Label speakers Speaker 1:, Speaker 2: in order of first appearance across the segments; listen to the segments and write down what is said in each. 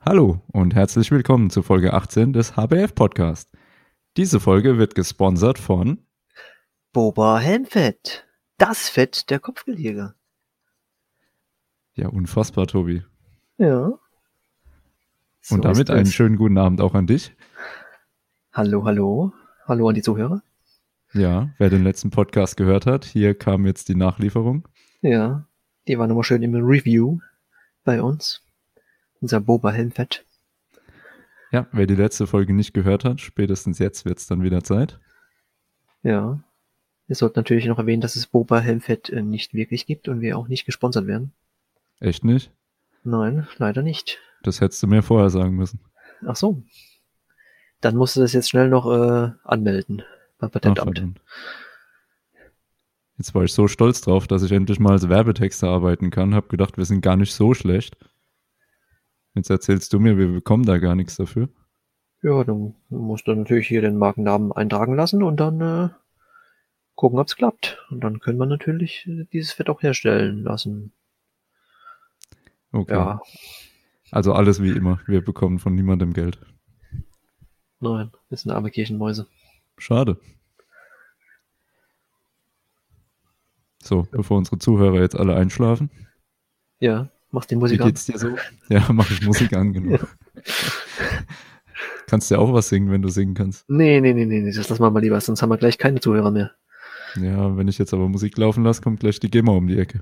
Speaker 1: Hallo und herzlich willkommen zu Folge 18 des HBF Podcast. Diese Folge wird gesponsert von
Speaker 2: Boba Helmfett. Das Fett der Kopfgeldjäger.
Speaker 1: Ja, unfassbar, Tobi.
Speaker 2: Ja. So
Speaker 1: und damit
Speaker 2: ist
Speaker 1: einen
Speaker 2: es.
Speaker 1: schönen guten Abend auch an dich.
Speaker 2: Hallo, hallo. Hallo an die Zuhörer.
Speaker 1: Ja, wer den letzten Podcast gehört hat, hier kam jetzt die Nachlieferung.
Speaker 2: Ja. Die waren nochmal schön im Review bei uns. Unser Boba Helmfett.
Speaker 1: Ja, wer die letzte Folge nicht gehört hat, spätestens jetzt wird's dann wieder Zeit.
Speaker 2: Ja. Wir sollten natürlich noch erwähnen, dass es Boba Helmfett äh, nicht wirklich gibt und wir auch nicht gesponsert werden.
Speaker 1: Echt nicht?
Speaker 2: Nein, leider nicht.
Speaker 1: Das hättest du mir vorher sagen müssen.
Speaker 2: Ach so. Dann musst du das jetzt schnell noch äh, anmelden beim
Speaker 1: Ach,
Speaker 2: Patentamt.
Speaker 1: verdammt. Jetzt war ich so stolz drauf, dass ich endlich mal als Werbetexter arbeiten kann. Hab gedacht, wir sind gar nicht so schlecht. Jetzt erzählst du mir, wir bekommen da gar nichts dafür.
Speaker 2: Ja, dann musst du natürlich hier den Markennamen eintragen lassen und dann äh, gucken, ob's klappt. Und dann können wir natürlich äh, dieses Fett auch herstellen lassen.
Speaker 1: Okay.
Speaker 2: Ja,
Speaker 1: Also alles wie immer. Wir bekommen von niemandem Geld.
Speaker 2: nein, wir sind arme Kirchenmäuse.
Speaker 1: Schade. So, bevor unsere Zuhörer jetzt alle einschlafen.
Speaker 2: Ja, machst die
Speaker 1: Wie
Speaker 2: Musik an.
Speaker 1: geht's dir so? Ja, mach ich Musik an, genau. kannst du ja auch was singen, wenn du singen kannst.
Speaker 2: Nee, nee, nee, nee, nee, das lassen wir mal lieber, sonst haben wir gleich keine Zuhörer mehr.
Speaker 1: Ja, wenn ich jetzt aber Musik laufen lasse, kommt gleich die GEMA um die Ecke.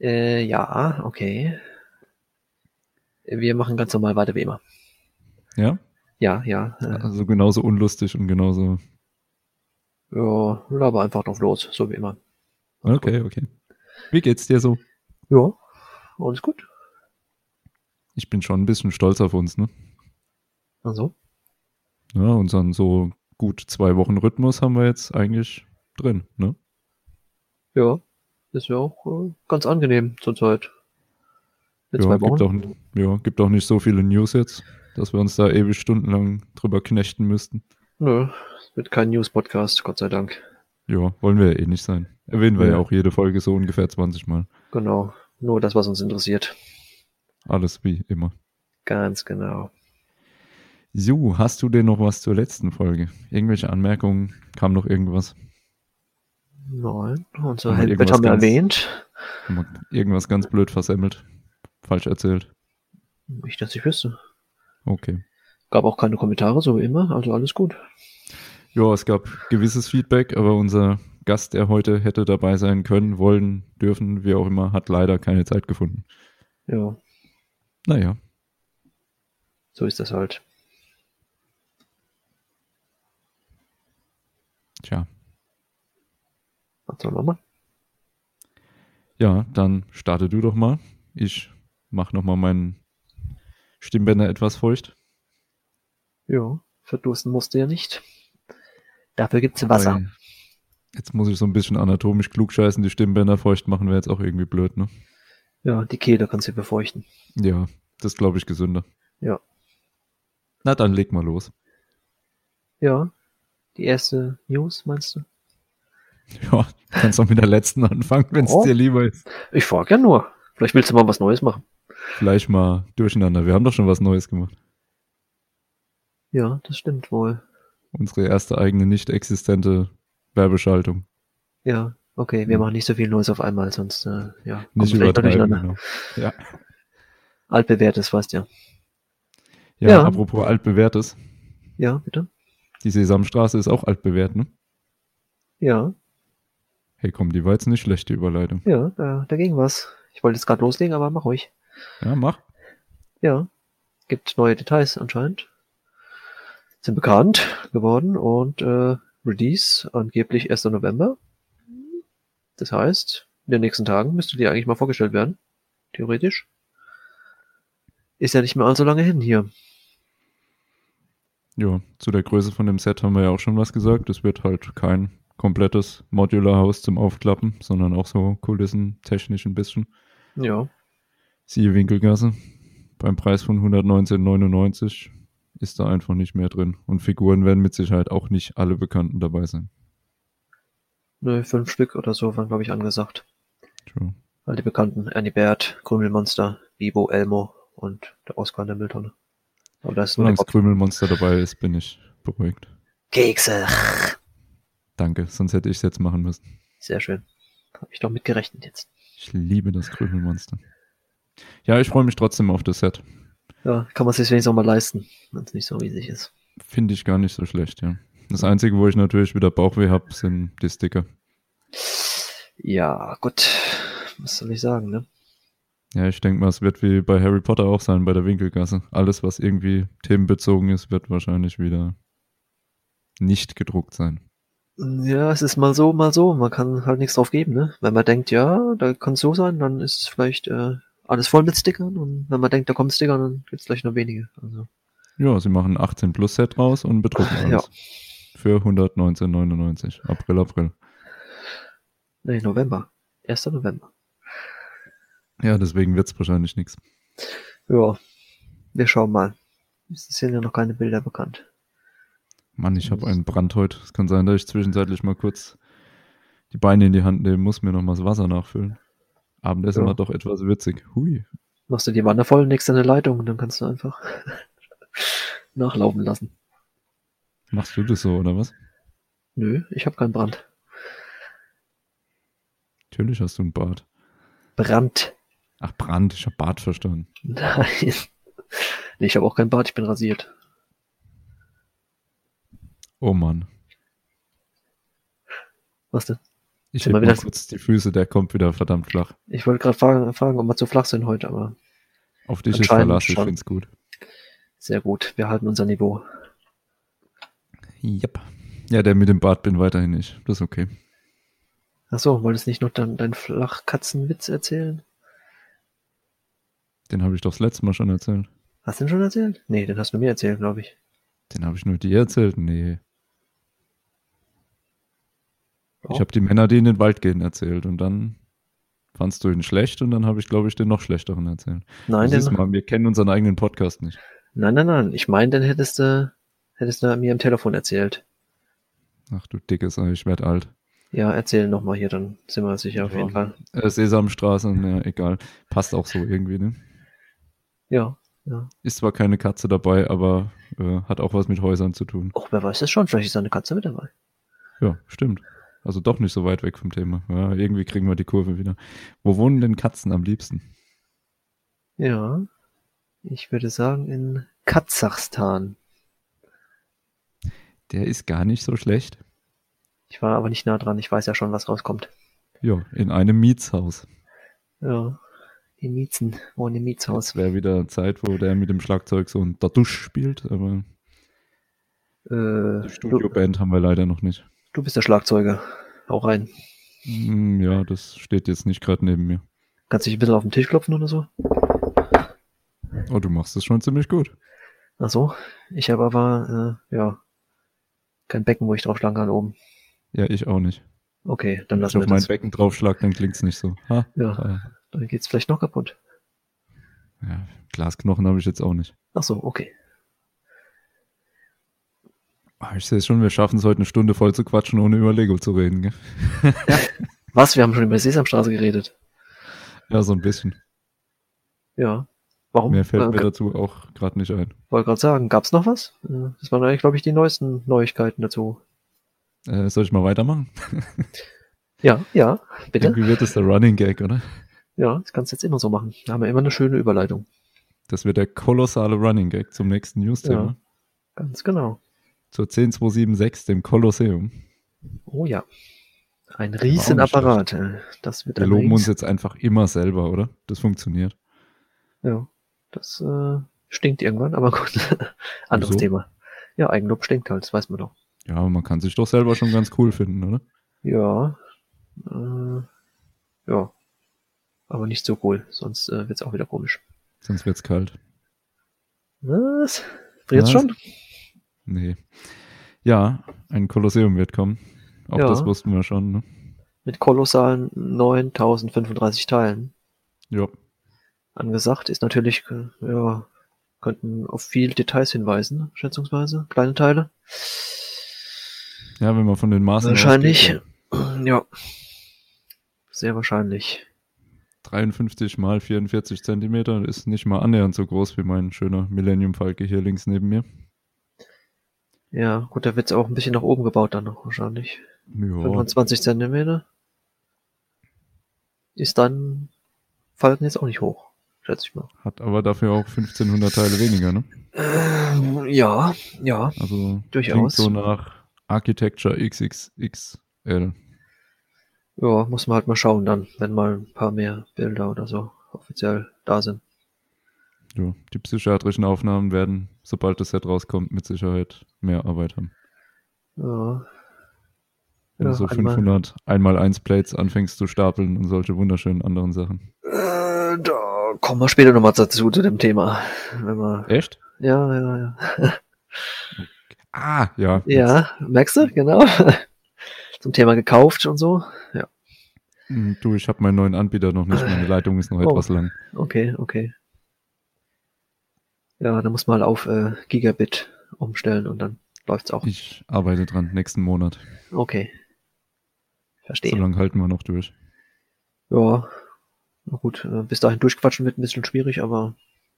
Speaker 2: Äh, ja, okay. Wir machen ganz normal weiter wie immer.
Speaker 1: Ja?
Speaker 2: Ja, ja. Äh,
Speaker 1: Also genauso unlustig und genauso.
Speaker 2: ja, laber einfach drauf los, so wie immer.
Speaker 1: Okay, okay. Wie geht's dir so?
Speaker 2: Ja, alles gut.
Speaker 1: Ich bin schon ein bisschen stolz auf uns, ne?
Speaker 2: Also,
Speaker 1: Ja, unseren so gut zwei Wochen Rhythmus haben wir jetzt eigentlich drin, ne?
Speaker 2: ja, ist ja auch äh, ganz angenehm zurzeit. Mit
Speaker 1: Ja,
Speaker 2: zwei Wochen.
Speaker 1: gibt auch, ja, gibt auch nicht so viele News jetzt, dass wir uns da ewig stundenlang drüber knechten müssten.
Speaker 2: Nö, es wird kein News-Podcast, Gott sei Dank.
Speaker 1: Ja, wollen wir ja eh nicht sein. Erwähnen wir ja
Speaker 2: Ja.
Speaker 1: auch jede Folge so ungefähr 20 Mal.
Speaker 2: Genau, nur das, was uns interessiert.
Speaker 1: Alles wie immer.
Speaker 2: Ganz genau.
Speaker 1: Ju, hast du denn noch was zur letzten Folge? Irgendwelche Anmerkungen? Kam noch irgendwas?
Speaker 2: Nein, unser
Speaker 1: Haben wir
Speaker 2: Helmbett
Speaker 1: irgendwas
Speaker 2: haben wir
Speaker 1: ganz-
Speaker 2: erwähnt.
Speaker 1: Haben wir irgendwas ganz blöd versemmelt? Falsch erzählt?
Speaker 2: Nicht, dass ich wüsste.
Speaker 1: Okay.
Speaker 2: Gab auch keine Kommentare, so wie immer, also alles gut.
Speaker 1: Ja, es gab gewisses Feedback, aber unser Gast, der heute hätte dabei sein können, wollen, dürfen, wie auch immer, hat leider keine Zeit gefunden.
Speaker 2: Ja,
Speaker 1: Naja,
Speaker 2: so ist das halt.
Speaker 1: tja.
Speaker 2: Was soll man machen?
Speaker 1: Ja, dann starte du doch mal. Ich mach nochmal meinen Stimmbänder etwas feucht.
Speaker 2: Ja, verdursten musste ja nicht. Dafür gibt's Wasser.
Speaker 1: Weil Jetzt muss ich so ein bisschen anatomisch klugscheißen, die Stimmbänder feucht machen wäre jetzt auch irgendwie blöd, ne?
Speaker 2: Ja, die Kehle kannst du befeuchten.
Speaker 1: Ja, das glaube ich gesünder.
Speaker 2: Ja.
Speaker 1: Na, dann leg mal los.
Speaker 2: Ja, die erste News, meinst du?
Speaker 1: Ja, kannst auch mit der letzten anfangen, wenn es
Speaker 2: Oh.
Speaker 1: dir lieber ist.
Speaker 2: Ich frag ja nur. Vielleicht willst du mal was Neues machen.
Speaker 1: Vielleicht mal durcheinander. Wir haben doch schon was Neues gemacht.
Speaker 2: Ja, das stimmt wohl.
Speaker 1: Unsere erste eigene nicht existente Werbeschaltung.
Speaker 2: Ja, okay, wir
Speaker 1: Hm.
Speaker 2: machen nicht so viel Neues auf einmal, sonst äh, ja, kommt
Speaker 1: Nicht
Speaker 2: vielleicht noch
Speaker 1: übertreiben.
Speaker 2: durcheinander.
Speaker 1: Genau. Ja.
Speaker 2: Altbewährtes, weißt ja.
Speaker 1: Ja,
Speaker 2: Ja.
Speaker 1: apropos altbewährtes.
Speaker 2: Ja, bitte?
Speaker 1: Die Sesamstraße ist auch altbewährt, ne?
Speaker 2: Ja,
Speaker 1: Hey, komm, die war jetzt nicht schlecht, die Überleitung.
Speaker 2: ja, da, dagegen was. Ich wollte jetzt gerade loslegen, aber mach ruhig.
Speaker 1: Ja, mach.
Speaker 2: Ja, gibt neue Details anscheinend. Sind bekannt geworden und äh, Release angeblich 1. November. Das heißt, in den nächsten Tagen müsste die eigentlich mal vorgestellt werden. Theoretisch. Ist ja nicht mehr allzu lange hin hier.
Speaker 1: Ja, zu der Größe von dem Set haben wir ja auch schon was gesagt. Es wird halt kein komplettes Modular-Haus zum Aufklappen, sondern auch so Kulissen technisch ein bisschen.
Speaker 2: Ja,
Speaker 1: Siehe Winkelgasse. Beim Preis von 119,99 ist da einfach nicht mehr drin. Und Figuren werden mit Sicherheit auch nicht alle Bekannten dabei sein.
Speaker 2: ne, fünf Stück oder so waren, glaube ich, angesagt.
Speaker 1: Tja.
Speaker 2: All die Bekannten, Annie Baird, Krümelmonster, Bibo, Elmo und der Oscar in der Mülltonne. Aber da ist nur
Speaker 1: Solange
Speaker 2: der
Speaker 1: das
Speaker 2: Kopf.
Speaker 1: Krümelmonster dabei ist, bin ich beruhigt.
Speaker 2: Kekse.
Speaker 1: Danke, sonst hätte ich es jetzt machen müssen.
Speaker 2: Sehr schön. Habe ich doch mitgerechnet jetzt.
Speaker 1: Ich liebe das Krümelmonster. Ja, ich freue mich trotzdem auf das Set.
Speaker 2: Ja, kann man sich wenigstens auch mal leisten, wenn es nicht so riesig ist.
Speaker 1: Finde ich gar nicht so schlecht, ja. Das Einzige, wo ich natürlich wieder Bauchweh habe, sind die Sticker.
Speaker 2: Ja, gut. Was soll ich sagen, ne?
Speaker 1: Ja, ich denke mal, es wird wie bei Harry Potter auch sein, bei der Winkelgasse. Alles, was irgendwie themenbezogen ist, wird wahrscheinlich wieder nicht gedruckt sein.
Speaker 2: Ja, es ist mal so, mal so. Man kann halt nichts drauf geben, ne? Wenn man denkt, ja, da kann es so sein, dann ist vielleicht äh, alles voll mit Stickern. Und wenn man denkt, da kommen Sticker, dann gibt's vielleicht nur wenige. Also,
Speaker 1: Ja, sie machen ein 18 Plus Set raus und bedrucken
Speaker 2: Ja.
Speaker 1: alles. Für 119,99. April, April.
Speaker 2: nee, November. 1. November.
Speaker 1: Ja, deswegen wird's wahrscheinlich nichts.
Speaker 2: Ja, wir schauen mal. Es sind ja noch keine Bilder bekannt.
Speaker 1: Mann, ich habe einen Brand heute. Es kann sein, dass ich zwischenzeitlich mal kurz die Beine in die Hand nehmen muss, mir nochmal das Wasser nachfüllen. Abendessen
Speaker 2: Ja.
Speaker 1: war doch etwas witzig. Hui.
Speaker 2: Machst du die Wanne voll, legst deine Leitung und dann kannst du einfach nachlaufen lassen.
Speaker 1: Machst du das so, oder was?
Speaker 2: Nö, ich habe keinen Brand.
Speaker 1: Natürlich hast du einen Bart.
Speaker 2: Brand.
Speaker 1: Ach, Brand, ich habe Bart verstanden.
Speaker 2: Nein. Nee, ich habe auch keinen Bart, ich bin rasiert.
Speaker 1: Oh Mann.
Speaker 2: Was denn?
Speaker 1: Ich
Speaker 2: Sind
Speaker 1: heb
Speaker 2: wir
Speaker 1: mal
Speaker 2: wieder-
Speaker 1: kurz die Füße, der kommt wieder verdammt flach.
Speaker 2: Ich wollte gerade fragen, fragen, ob wir zu flach sind heute, aber
Speaker 1: Auf dich ist
Speaker 2: Anscheinend
Speaker 1: Verlass, ich
Speaker 2: schon.
Speaker 1: find's gut.
Speaker 2: sehr gut. Wir halten unser Niveau.
Speaker 1: Yep. Ja, der mit dem Bart bin weiterhin ich. Das ist okay.
Speaker 2: Ach so, wolltest nicht noch deinen dein Flachkatzenwitz erzählen?
Speaker 1: Den habe ich doch das letzte Mal schon erzählt.
Speaker 2: Hast du den schon erzählt? Nee, den hast du mir erzählt, glaube ich.
Speaker 1: Den habe ich nur dir erzählt? Nee.
Speaker 2: Ja.
Speaker 1: Ich habe die Männer, die in den Wald gehen, erzählt. Und dann fandst du ihn schlecht und dann habe ich, glaube ich, den noch schlechteren erzählt.
Speaker 2: Nein,
Speaker 1: Siehst
Speaker 2: den,
Speaker 1: mal, wir kennen unseren eigenen Podcast nicht.
Speaker 2: nein, nein, nein. Ich meine, den hättest du, hättest du mir am Telefon erzählt.
Speaker 1: Ach du dickes Ei, ich werd alt.
Speaker 2: Ja, erzähl nochmal hier, dann sind wir sicher auf
Speaker 1: Ja.
Speaker 2: jeden Fall.
Speaker 1: Äh, Sesamstraße, ja, egal. Passt auch so irgendwie, ne?
Speaker 2: Ja.
Speaker 1: Ist zwar keine Katze dabei, aber äh, hat auch was mit Häusern zu tun.
Speaker 2: Och, wer weiß das schon, vielleicht ist da eine Katze mit dabei.
Speaker 1: Ja, stimmt. Also doch nicht so weit weg vom Thema. Ja, irgendwie kriegen wir die Kurve wieder. Wo wohnen denn Katzen am liebsten?
Speaker 2: Ja. Ich würde sagen, in Kasachstan.
Speaker 1: Der ist gar nicht so schlecht.
Speaker 2: Ich war aber nicht nah dran, ich weiß ja schon, was rauskommt.
Speaker 1: Ja, in einem Mietshaus.
Speaker 2: Ja. Die Miezen, wohnen im Mietshaus.
Speaker 1: Es wäre wieder Zeit, wo der mit dem Schlagzeug so ein Dadusch spielt, aber die
Speaker 2: Äh, du,
Speaker 1: Also Studioband haben wir leider noch nicht.
Speaker 2: du bist der Schlagzeuger. Hau rein.
Speaker 1: Hm, ja, das steht jetzt nicht gerade neben mir.
Speaker 2: Kannst dich ein bisschen auf den Tisch klopfen oder so?
Speaker 1: Oh, du machst es schon ziemlich gut.
Speaker 2: Ach so. Ich habe aber, äh, ja, kein Becken, wo ich draufschlagen kann oben.
Speaker 1: Ja, ich auch nicht.
Speaker 2: Okay,
Speaker 1: Wenn
Speaker 2: dann
Speaker 1: ich
Speaker 2: lassen
Speaker 1: auf
Speaker 2: wir
Speaker 1: mein
Speaker 2: das.
Speaker 1: Becken draufschlag, dann klingt's nicht so. Ha,
Speaker 2: Ja,
Speaker 1: ha.
Speaker 2: dann geht's vielleicht noch kaputt.
Speaker 1: Ja, Glasknochen habe ich jetzt auch nicht.
Speaker 2: Ach so, okay.
Speaker 1: Ah, Ich sehe schon, wir schaffen es heute eine Stunde voll zu quatschen, ohne über Lego zu reden. Gell?
Speaker 2: Was? Wir haben schon über Sesamstraße geredet.
Speaker 1: Ja, so ein bisschen.
Speaker 2: Ja. Warum?
Speaker 1: Mehr fällt
Speaker 2: Äh,
Speaker 1: mir dazu auch gerade nicht ein.
Speaker 2: Wollte gerade sagen, gab's noch was? Äh, Das waren eigentlich, glaube ich, die neuesten Neuigkeiten dazu.
Speaker 1: Äh, soll ich mal weitermachen?
Speaker 2: Ja, ja, bitte.
Speaker 1: Irgendwie wird das der Running Gag, oder?
Speaker 2: Ja, das kannst du jetzt immer so machen. Da haben wir immer eine schöne Überleitung.
Speaker 1: Das wird der kolossale Running Gag zum nächsten News-Thema.
Speaker 2: Ja. Ganz genau.
Speaker 1: Zur 10276, dem Kolosseum.
Speaker 2: Oh ja. Ein
Speaker 1: nicht
Speaker 2: Riesenapparat. äh, Das wird
Speaker 1: Wir
Speaker 2: ein
Speaker 1: loben uns
Speaker 2: Riesen.
Speaker 1: jetzt einfach immer selber, oder? Das funktioniert.
Speaker 2: Ja, das äh, stinkt irgendwann, aber gut. Anderes
Speaker 1: Wieso?
Speaker 2: Thema. Ja, Eigenlob stinkt halt, das weiß man doch.
Speaker 1: Ja, aber man kann sich doch selber schon ganz cool finden, oder?
Speaker 2: Ja. Äh, ja. Aber nicht so cool, sonst äh, wird's auch wieder komisch.
Speaker 1: Sonst wird's kalt.
Speaker 2: Was?
Speaker 1: Was?
Speaker 2: Friert's schon?
Speaker 1: Nee. Ja, ein Kolosseum wird kommen. Auch
Speaker 2: Ja.
Speaker 1: das wussten wir schon, ne?
Speaker 2: Mit kolossalen 9035 Teilen.
Speaker 1: Ja.
Speaker 2: Angesagt ist natürlich, äh, ja, könnten auf viel Details hinweisen, schätzungsweise. Kleine Teile.
Speaker 1: Ja, wenn man von den Maßen.
Speaker 2: Wahrscheinlich.
Speaker 1: ausgeht,
Speaker 2: Ja. Sehr wahrscheinlich.
Speaker 1: 53 mal 44 Zentimeter ist nicht mal annähernd so groß wie mein schöner Millennium Falke hier links neben mir.
Speaker 2: Ja, gut, da wird's auch ein bisschen nach oben gebaut dann noch wahrscheinlich.
Speaker 1: Ja,
Speaker 2: 25 Zentimeter. Ist dann Falken jetzt auch nicht hoch, schätze ich mal.
Speaker 1: hat aber dafür auch 1500 Teile weniger, ne?
Speaker 2: Ähm, ja, ja.
Speaker 1: Also klingt
Speaker 2: Durchaus.
Speaker 1: so nach Architecture XXXL.
Speaker 2: Ja, muss man halt mal schauen dann, wenn mal ein paar mehr Bilder oder so offiziell da sind.
Speaker 1: Ja, die psychiatrischen Aufnahmen werden, sobald das Set rauskommt, mit Sicherheit mehr Arbeit haben.
Speaker 2: Ja.
Speaker 1: Wenn du
Speaker 2: Ja,
Speaker 1: so
Speaker 2: einmal-
Speaker 1: 500 einmal 1 Plates anfängst zu stapeln und solche wunderschönen anderen Sachen.
Speaker 2: Äh, da kommen wir später nochmal dazu zu dem Thema. Wenn wir,
Speaker 1: Echt?
Speaker 2: ja, ja, ja.
Speaker 1: Ah, ja.
Speaker 2: Ja, merkst du, genau. Zum Thema gekauft und so.
Speaker 1: Hm, Du, ich habe meinen neuen Anbieter noch nicht. Meine Leitung ist noch
Speaker 2: Oh.
Speaker 1: etwas lang.
Speaker 2: Okay, okay. Ja, dann muss man halt auf äh, Gigabit umstellen und dann läuft's auch.
Speaker 1: Ich arbeite dran, nächsten Monat.
Speaker 2: Okay.
Speaker 1: So
Speaker 2: Verstehe.
Speaker 1: lange halten wir noch durch.
Speaker 2: Ja. Na gut, äh, bis dahin durchquatschen wird ein bisschen schwierig, aber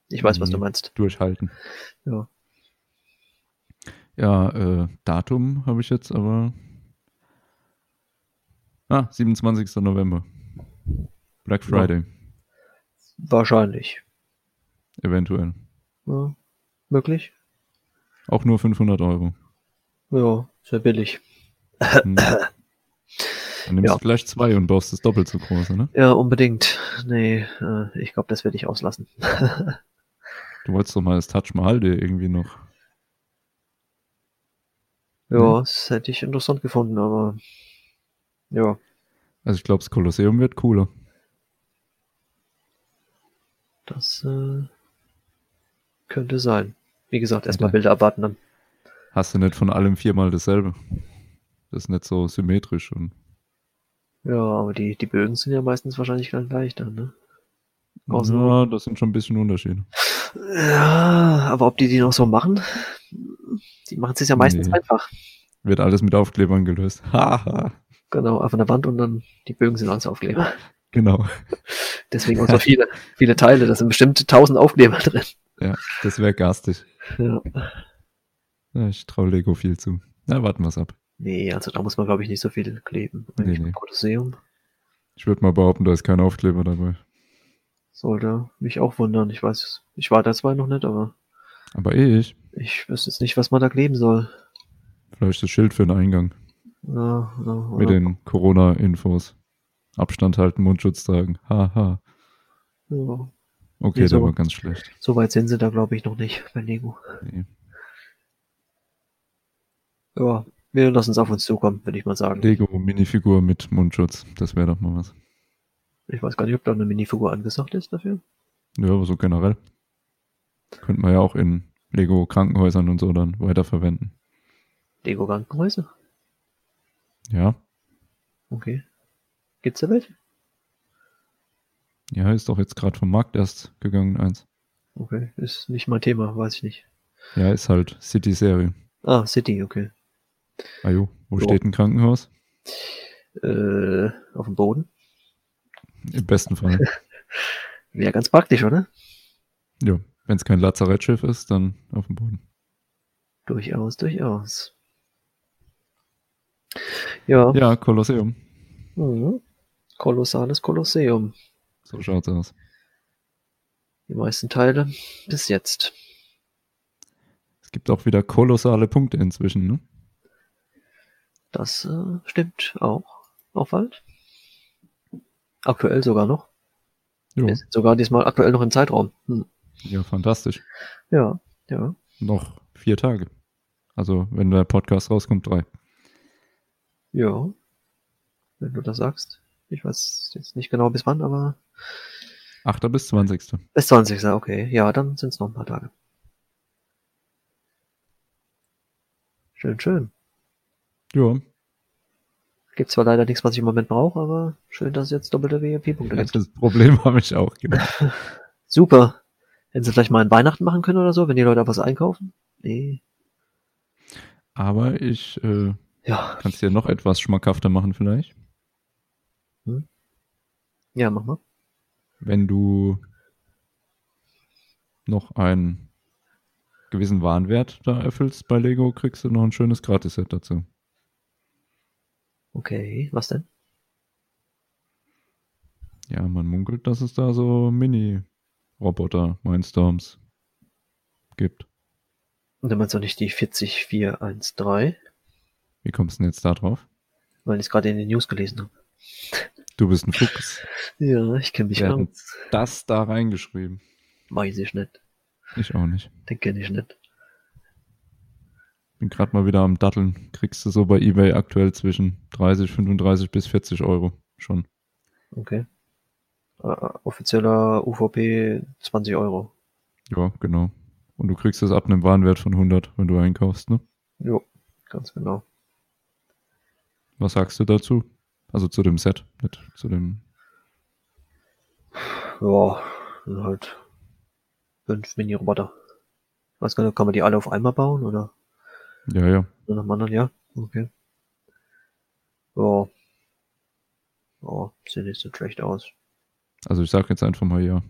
Speaker 2: ich weiß, was
Speaker 1: Mhm.
Speaker 2: du meinst.
Speaker 1: Durchhalten.
Speaker 2: Ja.
Speaker 1: Ja, äh, Datum habe ich jetzt aber. Ah, 27. November. Black Friday,
Speaker 2: Wahrscheinlich.
Speaker 1: eventuell.
Speaker 2: Ja. Möglich?
Speaker 1: Auch nur 500 Euro.
Speaker 2: Ja, sehr billig.
Speaker 1: Hm. Dann nimmst
Speaker 2: Ja.
Speaker 1: du gleich zwei und baust das doppelt so große, ne?
Speaker 2: Ja, unbedingt. Nee, äh, ich glaube, das werde ich auslassen.
Speaker 1: Du wolltest doch mal das Touch Mahal dir irgendwie noch.
Speaker 2: Ja,
Speaker 1: Mhm.
Speaker 2: das hätte ich interessant gefunden, aber ja.
Speaker 1: Also ich glaube, das Kolosseum wird cooler.
Speaker 2: Das äh, könnte sein. Wie gesagt, erstmal
Speaker 1: Okay.
Speaker 2: Bilder abwarten dann.
Speaker 1: Hast du nicht von allem viermal dasselbe? Das ist nicht so symmetrisch und
Speaker 2: Ja, aber die, die Bögen sind ja meistens wahrscheinlich ganz gleich dann, ne? Außen-
Speaker 1: ja, das sind schon ein bisschen Unterschiede.
Speaker 2: Ja, aber ob die die noch so machen? Die machen es ja meistens
Speaker 1: Nee.
Speaker 2: einfach.
Speaker 1: Wird alles mit Aufklebern gelöst. Haha.
Speaker 2: Genau, einfach eine Wand und dann die Bögen sind alles Aufkleber.
Speaker 1: genau.
Speaker 2: Deswegen auch so viele, viele Teile. Da sind bestimmt tausend Aufkleber drin.
Speaker 1: Ja, das wäre garstig.
Speaker 2: Ja.
Speaker 1: Ja, ich traue Lego viel zu. Na, warten wir's ab.
Speaker 2: Nee, also da muss man, glaube ich, nicht so viel kleben.
Speaker 1: Nee,
Speaker 2: Eigentlich
Speaker 1: nee.
Speaker 2: beim Kolosseum
Speaker 1: Ich würde mal behaupten, da ist kein Aufkleber dabei.
Speaker 2: sollte mich auch wundern. Ich weiß, ich war da zwar noch nicht, aber
Speaker 1: Aber eh ich,
Speaker 2: ich wüsste jetzt nicht, was man da kleben soll.
Speaker 1: vielleicht das Schild für den Eingang
Speaker 2: Ja, ja,
Speaker 1: mit
Speaker 2: oder-
Speaker 1: den Corona-Infos. Abstand halten, Mundschutz tragen. Haha.
Speaker 2: ja.
Speaker 1: Okay,
Speaker 2: Nee, so.
Speaker 1: der war ganz schlecht.
Speaker 2: So weit sind sie da, glaube ich, noch nicht bei Lego.
Speaker 1: Nee.
Speaker 2: Ja, wir lassen es auf uns zukommen, würde ich mal sagen.
Speaker 1: Lego-Minifigur mit Mundschutz. Das wäre doch mal was.
Speaker 2: Ich weiß gar nicht, ob da eine Minifigur angesagt ist dafür.
Speaker 1: Ja, aber so generell. Könnte man ja auch in Lego-Krankenhäusern und so dann weiterverwenden.
Speaker 2: Lego Krankenhäuser.
Speaker 1: Ja.
Speaker 2: Okay. Gibt's da welche?
Speaker 1: Ja, ist doch jetzt gerade vom Markt erst gegangen, eins.
Speaker 2: Okay, ist nicht mein Thema, weiß ich nicht.
Speaker 1: Ja, ist halt City-Serie.
Speaker 2: Ah, City, okay.
Speaker 1: Ajo, wo
Speaker 2: Ja.
Speaker 1: steht ein Krankenhaus?
Speaker 2: Äh, auf dem Boden.
Speaker 1: Im besten Fall.
Speaker 2: Wäre ganz praktisch, oder?
Speaker 1: ja, wenn es kein Lazarettschiff ist, dann auf dem Boden.
Speaker 2: Durchaus, durchaus. Ja.
Speaker 1: Ja, Kolosseum.
Speaker 2: Mhm. Kolossales Kolosseum.
Speaker 1: So schaut's aus.
Speaker 2: Die meisten Teile bis jetzt.
Speaker 1: Es gibt auch wieder kolossale Punkte inzwischen, ne?
Speaker 2: Das äh, stimmt auch. Aufwand. Aktuell sogar noch.
Speaker 1: Jo,
Speaker 2: Wir sind sogar diesmal aktuell noch im Zeitraum. Hm.
Speaker 1: ja, fantastisch.
Speaker 2: Ja, ja.
Speaker 1: Noch vier Tage. Also, wenn der Podcast rauskommt, drei.
Speaker 2: Ja. Wenn du das sagst. Ich weiß jetzt nicht genau bis wann, aber
Speaker 1: 8. bis 20.
Speaker 2: bis 20. Okay. Ja, dann sind es noch ein paar Tage. Schön, schön.
Speaker 1: Ja,
Speaker 2: Gibt zwar leider nichts, was ich im Moment brauche, aber schön, dass es jetzt doppelte VIP-Punkte gibt.
Speaker 1: das Problem habe ich auch. Genau.
Speaker 2: Super. Hätten sie vielleicht mal ein Weihnachten machen können oder so, wenn die Leute auch was einkaufen? Nee.
Speaker 1: Aber ich äh,
Speaker 2: Ja.
Speaker 1: kann es dir noch etwas schmackhafter machen, vielleicht.
Speaker 2: Ja, mach mal.
Speaker 1: wenn du noch einen gewissen Warenwert da erfüllst bei Lego, kriegst du noch ein schönes Gratis-Set dazu.
Speaker 2: Okay, was denn?
Speaker 1: Ja, man munkelt, dass es da so Mini-Roboter, Mindstorms gibt.
Speaker 2: Und dann meinst du auch nicht die 40413,
Speaker 1: Wie kommst du denn jetzt da drauf?
Speaker 2: weil ich es gerade in den News gelesen habe.
Speaker 1: Du bist ein Fuchs.
Speaker 2: Ja, ich kenne mich
Speaker 1: Ja,
Speaker 2: aus.
Speaker 1: Das da reingeschrieben.
Speaker 2: Weiß ich nicht.
Speaker 1: Ich auch nicht.
Speaker 2: Den kenne ich nicht.
Speaker 1: Bin gerade mal wieder am Datteln. Kriegst du so bei eBay aktuell zwischen 30, 35 bis 40 Euro schon.
Speaker 2: Okay. Äh, offizieller UVP 20 Euro.
Speaker 1: Ja, genau. Und du kriegst es ab einem Warenwert von 100, wenn du einkaufst, ne?
Speaker 2: Jo, ganz genau.
Speaker 1: Was sagst du dazu? Also zu dem Set, nicht zu dem.
Speaker 2: Ja, sind halt fünf Mini-Roboter. Weiß gar nicht, kann man die alle auf einmal bauen oder
Speaker 1: Ja, ja.
Speaker 2: nur nach dem anderen? Ja, okay. Ja. Ja, sieht nicht so schlecht aus.
Speaker 1: Also ich sag jetzt einfach mal ja.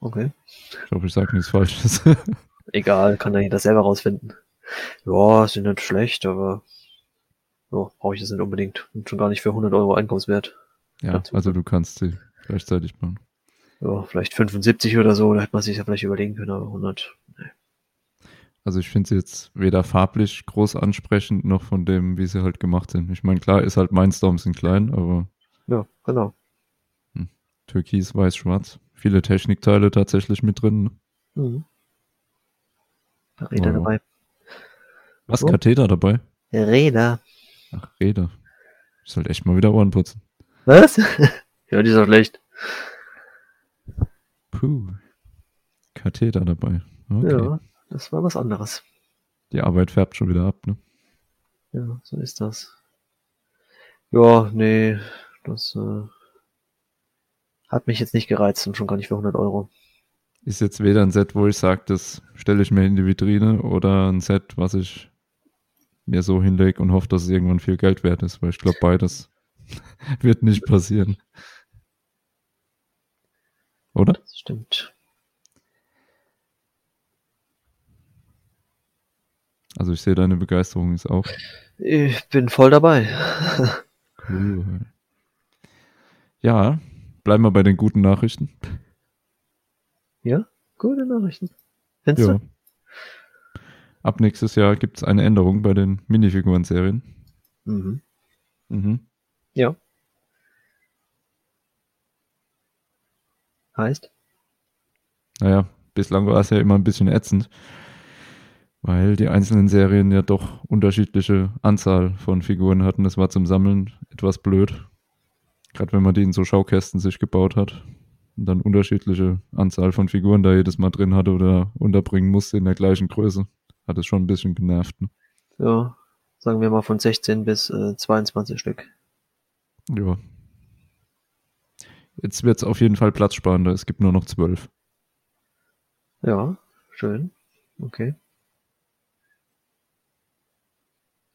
Speaker 2: Okay.
Speaker 1: Ich glaube, ich sage nichts Falsches.
Speaker 2: Egal, kann ja jeder selber rausfinden. Ja, sind nicht schlecht, aber ja, brauche ich das nicht unbedingt. Und schon gar nicht für 100 Euro Einkommenswert.
Speaker 1: ja,
Speaker 2: Ganz gut.
Speaker 1: also du kannst sie gleichzeitig bauen.
Speaker 2: Ja, vielleicht 75 oder so, da hätte man sich ja vielleicht überlegen können, aber 100.
Speaker 1: Also ich finde sie jetzt weder farblich groß ansprechend noch von dem, wie sie halt gemacht sind. Ich meine, klar ist halt Mindstorms in klein, aber
Speaker 2: Ja, genau.
Speaker 1: Türkis, Weiß, Schwarz. Viele Technikteile tatsächlich mit drin. ne?
Speaker 2: Mhm. Da Räder
Speaker 1: Ja.
Speaker 2: dabei.
Speaker 1: Was,
Speaker 2: So.
Speaker 1: Katheter dabei?
Speaker 2: Räder.
Speaker 1: Ach, Räder. Ich sollte echt mal wieder Ohren putzen.
Speaker 2: Was? ja, die ist doch schlecht.
Speaker 1: Puh. Katheter dabei. Okay.
Speaker 2: Ja, das war was anderes.
Speaker 1: Die Arbeit färbt schon wieder ab, ne?
Speaker 2: Ja, so ist das. Ja, nee, das äh, hat mich jetzt nicht gereizt und schon gar nicht für 100 Euro.
Speaker 1: Ist jetzt weder ein Set, wo ich sage, das stelle ich mir in die Vitrine, oder ein Set, was ich mir so hinlege und hoffe, dass es irgendwann viel Geld wert ist, weil ich glaube, beides wird nicht passieren. Oder?
Speaker 2: Das stimmt.
Speaker 1: Also ich sehe, deine Begeisterung ist auch
Speaker 2: Ich bin voll dabei.
Speaker 1: cool. Ja, bleiben wir bei den guten Nachrichten.
Speaker 2: Ja, gute Nachrichten. Findest
Speaker 1: Ja.
Speaker 2: du?
Speaker 1: Ab nächstes Jahr gibt es eine Änderung bei den Minifiguren-Serien.
Speaker 2: Mhm.
Speaker 1: Mhm.
Speaker 2: Ja. Heißt?
Speaker 1: Naja, bislang war es ja immer ein bisschen ätzend, weil die einzelnen Serien ja doch unterschiedliche Anzahl von Figuren hatten. Das war zum Sammeln etwas blöd. Gerade wenn man die in so Schaukästen sich gebaut hat und dann unterschiedliche Anzahl von Figuren da jedes Mal drin hatte oder unterbringen musste in der gleichen Größe, hat es schon ein bisschen genervt. Ne?
Speaker 2: Ja, sagen wir mal von 16 bis äh, 22 Stück.
Speaker 1: Ja. Jetzt wird es auf jeden Fall platzsparender. Es gibt nur noch zwölf.
Speaker 2: Ja, schön. Okay.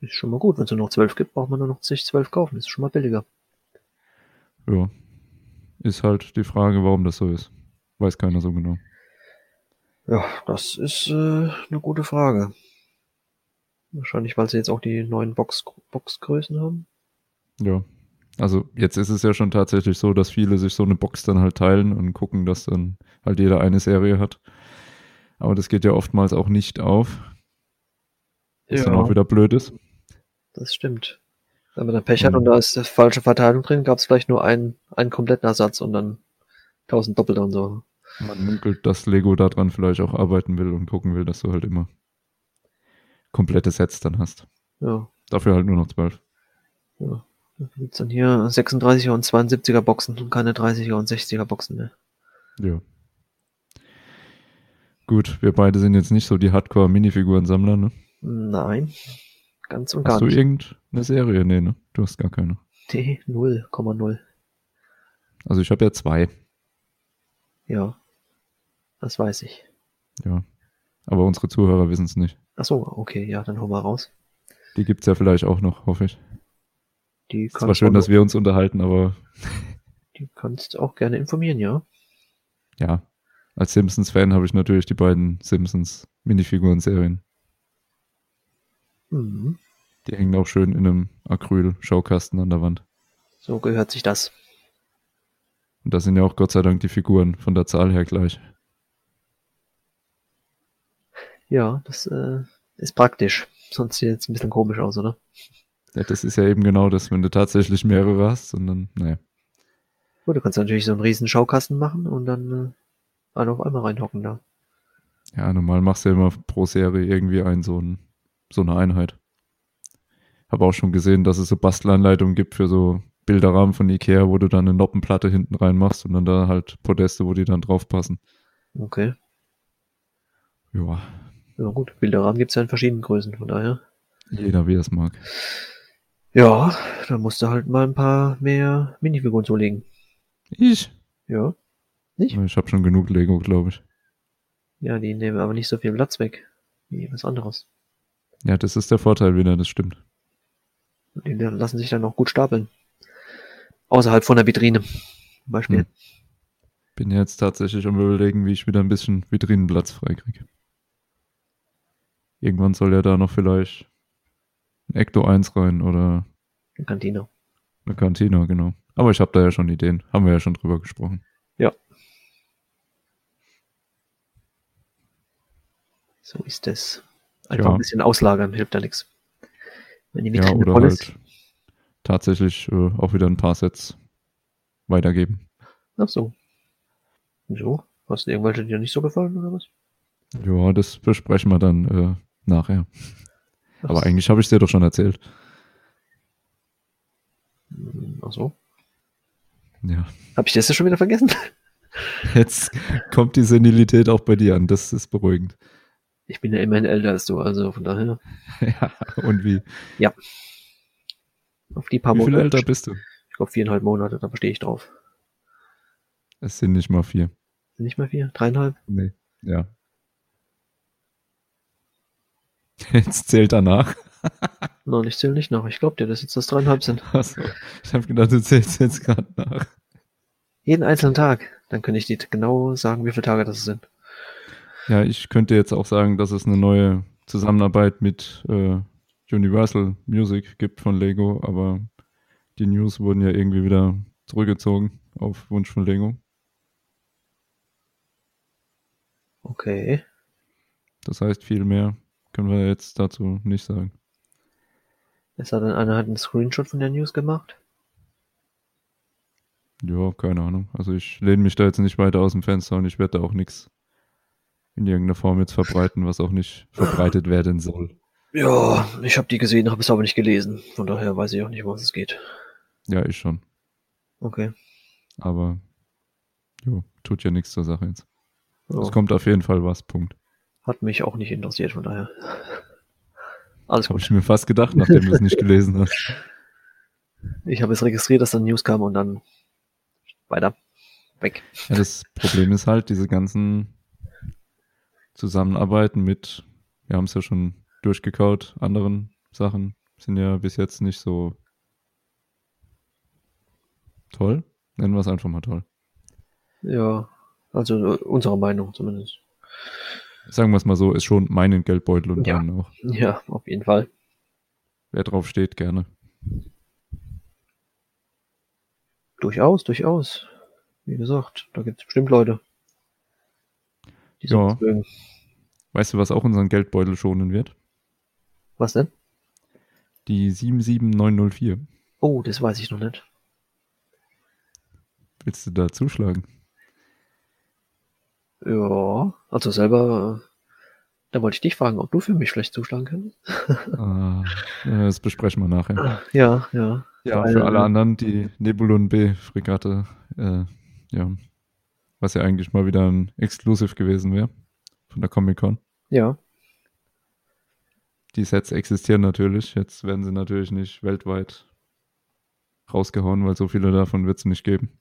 Speaker 2: Ist schon mal gut. Wenn es nur noch 12 gibt, braucht man nur noch sich 12 kaufen. Ist schon mal billiger.
Speaker 1: Ja. Ist halt die Frage, warum das so ist. Weiß keiner so genau.
Speaker 2: Ja, das ist äh, eine gute Frage. Wahrscheinlich, weil sie jetzt auch die neuen Box Boxgrößen haben.
Speaker 1: Ja. Also jetzt ist es ja schon tatsächlich so, dass viele sich so eine Box dann halt teilen und gucken, dass dann halt jeder eine Serie hat. Aber das geht ja oftmals auch nicht auf, was dann auch wieder blöd ist.
Speaker 2: das stimmt. Wenn man dann Pech hat
Speaker 1: Und-
Speaker 2: und da ist eine falsche Verteilung drin, gab es vielleicht nur einen, einen kompletten Ersatz und dann 1000 Doppelte und so.
Speaker 1: Man munkelt, dass Lego daran vielleicht auch arbeiten will und gucken will, dass du halt immer komplette Sets dann hast.
Speaker 2: Ja.
Speaker 1: Dafür halt nur noch zwölf.
Speaker 2: Ja. Da gibt's dann hier 36er und 72er Boxen und keine 30er und 60er Boxen mehr.
Speaker 1: Ja. Gut, wir beide sind jetzt nicht so die Hardcore-Minifiguren-Sammler, ne?
Speaker 2: Nein, ganz und gar
Speaker 1: Hast du
Speaker 2: nicht.
Speaker 1: irgendeine Serie? Nee, ne? Du hast gar keine.
Speaker 2: Nee, 0,0.
Speaker 1: Also ich habe ja zwei,
Speaker 2: Ja, das weiß ich.
Speaker 1: ja. Aber unsere Zuhörer wissen es nicht.
Speaker 2: Ach so, okay, ja, dann hol mal raus.
Speaker 1: Die gibt's ja vielleicht auch noch, hoffe ich.
Speaker 2: Die
Speaker 1: Es war schön, dass wir uns unterhalten, aber
Speaker 2: die Du kannst auch gerne informieren, ja.
Speaker 1: Ja. Als Simpsons-Fan habe ich natürlich die beiden Simpsons-Minifiguren-Serien.
Speaker 2: Mhm.
Speaker 1: Die hängen auch schön in einem Acryl-Schaukasten an der Wand.
Speaker 2: So gehört sich das.
Speaker 1: Und da sind ja auch Gott sei Dank die Figuren von der Zahl her gleich.
Speaker 2: Ja, das äh, ist praktisch. Sonst sieht es ein bisschen komisch aus, oder?
Speaker 1: Ja, das ist ja eben genau das, wenn du tatsächlich mehrere hast und dann, naja.
Speaker 2: Gut, du kannst natürlich so einen riesen Schaukasten machen und dann äh, alle auf einmal reinhocken da.
Speaker 1: Ja, normal machst du ja immer pro Serie irgendwie ein, so, ein, so eine Einheit. Habe auch schon gesehen, dass es so Bastelanleitungen gibt für so Bilderrahmen von Ikea, wo du dann eine Noppenplatte hinten reinmachst und dann da halt Podeste, wo die dann drauf passen.
Speaker 2: Okay.
Speaker 1: Ja,
Speaker 2: Ja gut, Bilderrahmen gibt's ja in verschiedenen Größen, von daher.
Speaker 1: jeder wie er es mag.
Speaker 2: Ja, dann musst du halt mal ein paar mehr Minifiguren zulegen.
Speaker 1: Ich?
Speaker 2: Ja.
Speaker 1: Ich habe schon genug Lego, glaube ich.
Speaker 2: Ja, die nehmen aber nicht so viel Platz weg. Wie was anderes.
Speaker 1: Ja, das ist der Vorteil wieder, das stimmt.
Speaker 2: Und die lassen sich dann auch gut stapeln. Außerhalb von der Vitrine. Zum Beispiel.
Speaker 1: Hm. Bin jetzt tatsächlich am überlegen, wie ich wieder ein bisschen Vitrinenplatz freikriege. Irgendwann soll ja da noch vielleicht ein Ecto 1 rein oder
Speaker 2: Eine Kantine.
Speaker 1: eine Kantine, genau. Aber ich habe da ja schon Ideen. Haben wir ja schon drüber gesprochen.
Speaker 2: So ist es. Einfach
Speaker 1: Ja.
Speaker 2: ein bisschen auslagern hilft da nichts. Wenn die
Speaker 1: Ja,
Speaker 2: Vitrine
Speaker 1: oder
Speaker 2: voll
Speaker 1: halt
Speaker 2: ist.
Speaker 1: tatsächlich äh, auch wieder ein paar Sets weitergeben.
Speaker 2: Ach so. Wieso? Hast du irgendwelche dir nicht so gefallen oder was?
Speaker 1: Ja, das besprechen wir dann äh, nachher.
Speaker 2: Ach
Speaker 1: Aber
Speaker 2: so.
Speaker 1: eigentlich habe ich dir doch schon erzählt.
Speaker 2: Hm, Ach so.
Speaker 1: Ja.
Speaker 2: Hab ich das ja schon wieder vergessen?
Speaker 1: Jetzt kommt die Senilität auch bei dir an. Das ist beruhigend.
Speaker 2: Ich bin ja immerhin älter als du, also von daher.
Speaker 1: ja, und wie?
Speaker 2: Auf die paar
Speaker 1: Wie viel
Speaker 2: Monate.
Speaker 1: älter bist du?
Speaker 2: Ich glaube viereinhalb Monate, da verstehe ich drauf.
Speaker 1: Es sind nicht mal vier.
Speaker 2: Sind nicht mal vier? Dreieinhalb?
Speaker 1: Nee. Ja. Jetzt zählt danach.
Speaker 2: Nein, ich zähle nicht nach. Ich glaube dir, dass jetzt das dreieinhalb sind.
Speaker 1: Achso. Ich habe gedacht, du zählst jetzt gerade nach.
Speaker 2: Jeden einzelnen Tag. Dann kann ich dir genau sagen, wie viele Tage das sind.
Speaker 1: Ja, ich könnte jetzt auch sagen, dass es eine neue Zusammenarbeit mit äh, Universal Music gibt von Lego, aber die News wurden ja irgendwie wieder zurückgezogen auf Wunsch von Lego.
Speaker 2: Okay.
Speaker 1: Das heißt, viel mehr können wir jetzt dazu nicht sagen.
Speaker 2: Es hat dann einer hat einen Screenshot von der News gemacht.
Speaker 1: Ja, keine Ahnung. Also ich lehne mich da jetzt nicht weiter aus dem Fenster und ich werde da auch nichts in irgendeiner Form jetzt verbreiten, was auch nicht verbreitet werden soll.
Speaker 2: Ja, ich habe die gesehen, habe es aber nicht gelesen. Von daher weiß ich auch nicht, um was es geht.
Speaker 1: Ja, ich schon.
Speaker 2: Okay.
Speaker 1: Aber jo, tut ja nichts zur Sache jetzt.
Speaker 2: Ja,
Speaker 1: Es kommt auf jeden Fall was, Punkt.
Speaker 2: Hat mich auch nicht interessiert, von daher. Alles
Speaker 1: Habe
Speaker 2: gut.
Speaker 1: ich mir fast gedacht, nachdem du es nicht gelesen hast.
Speaker 2: Ich habe es registriert, dass dann News kam und dann weiter. Weg.
Speaker 1: Ja, das Problem ist halt, diese ganzen Zusammenarbeiten mit, wir haben es ja schon durchgekaut, anderen Sachen sind ja bis jetzt nicht so toll. Nennen wir es einfach mal toll.
Speaker 2: Ja. Also äh, unserer Meinung zumindest.
Speaker 1: Sagen wir es mal so, ist schon meinen Geldbeutel und
Speaker 2: Ja.
Speaker 1: deinen auch.
Speaker 2: Ja, auf jeden Fall.
Speaker 1: Wer drauf steht, gerne.
Speaker 2: Durchaus, durchaus. Wie gesagt, da gibt es bestimmt Leute. Die
Speaker 1: Ja.
Speaker 2: sowas mögen.
Speaker 1: Weißt du, was auch unseren Geldbeutel schonen wird?
Speaker 2: Was denn?
Speaker 1: Die 77904.
Speaker 2: Oh, das weiß ich noch nicht.
Speaker 1: Willst du da zuschlagen?
Speaker 2: Ja, also selber, äh, da wollte ich dich fragen, ob du für mich vielleicht zuschlagen kannst.
Speaker 1: ah, äh, das besprechen wir nachher.
Speaker 2: Ja, ja.
Speaker 1: Ja,
Speaker 2: Weil,
Speaker 1: für alle
Speaker 2: äh,
Speaker 1: anderen die Nebulon B-Fregatte, äh, ja, was ja eigentlich mal wieder ein Exclusive gewesen wäre von der Comic-Con.
Speaker 2: Ja,
Speaker 1: Die Sets existieren natürlich, jetzt werden sie natürlich nicht weltweit rausgehauen, weil so viele davon wird es nicht geben.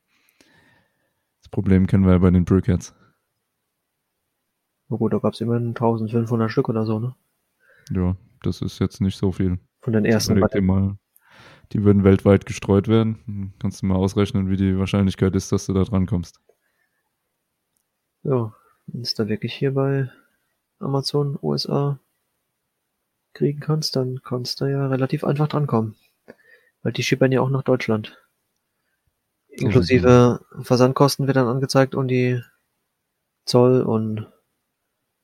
Speaker 1: Das Problem kennen wir ja bei den Brewcats.
Speaker 2: na gut, da gab es immerhin 1500 Stück oder so, ne?
Speaker 1: Ja, das ist jetzt nicht so viel.
Speaker 2: Von den ersten.
Speaker 1: Überleg dir mal, Die würden weltweit gestreut werden. Dann Kannst du mal ausrechnen, wie die Wahrscheinlichkeit ist, dass du da dran kommst.
Speaker 2: Ja, wenn es da wirklich hier bei Amazon USA kriegen kannst, dann kannst du ja relativ einfach drankommen. Weil die schippern ja auch nach Deutschland. Inklusive Versandkosten wird dann angezeigt und die Zoll und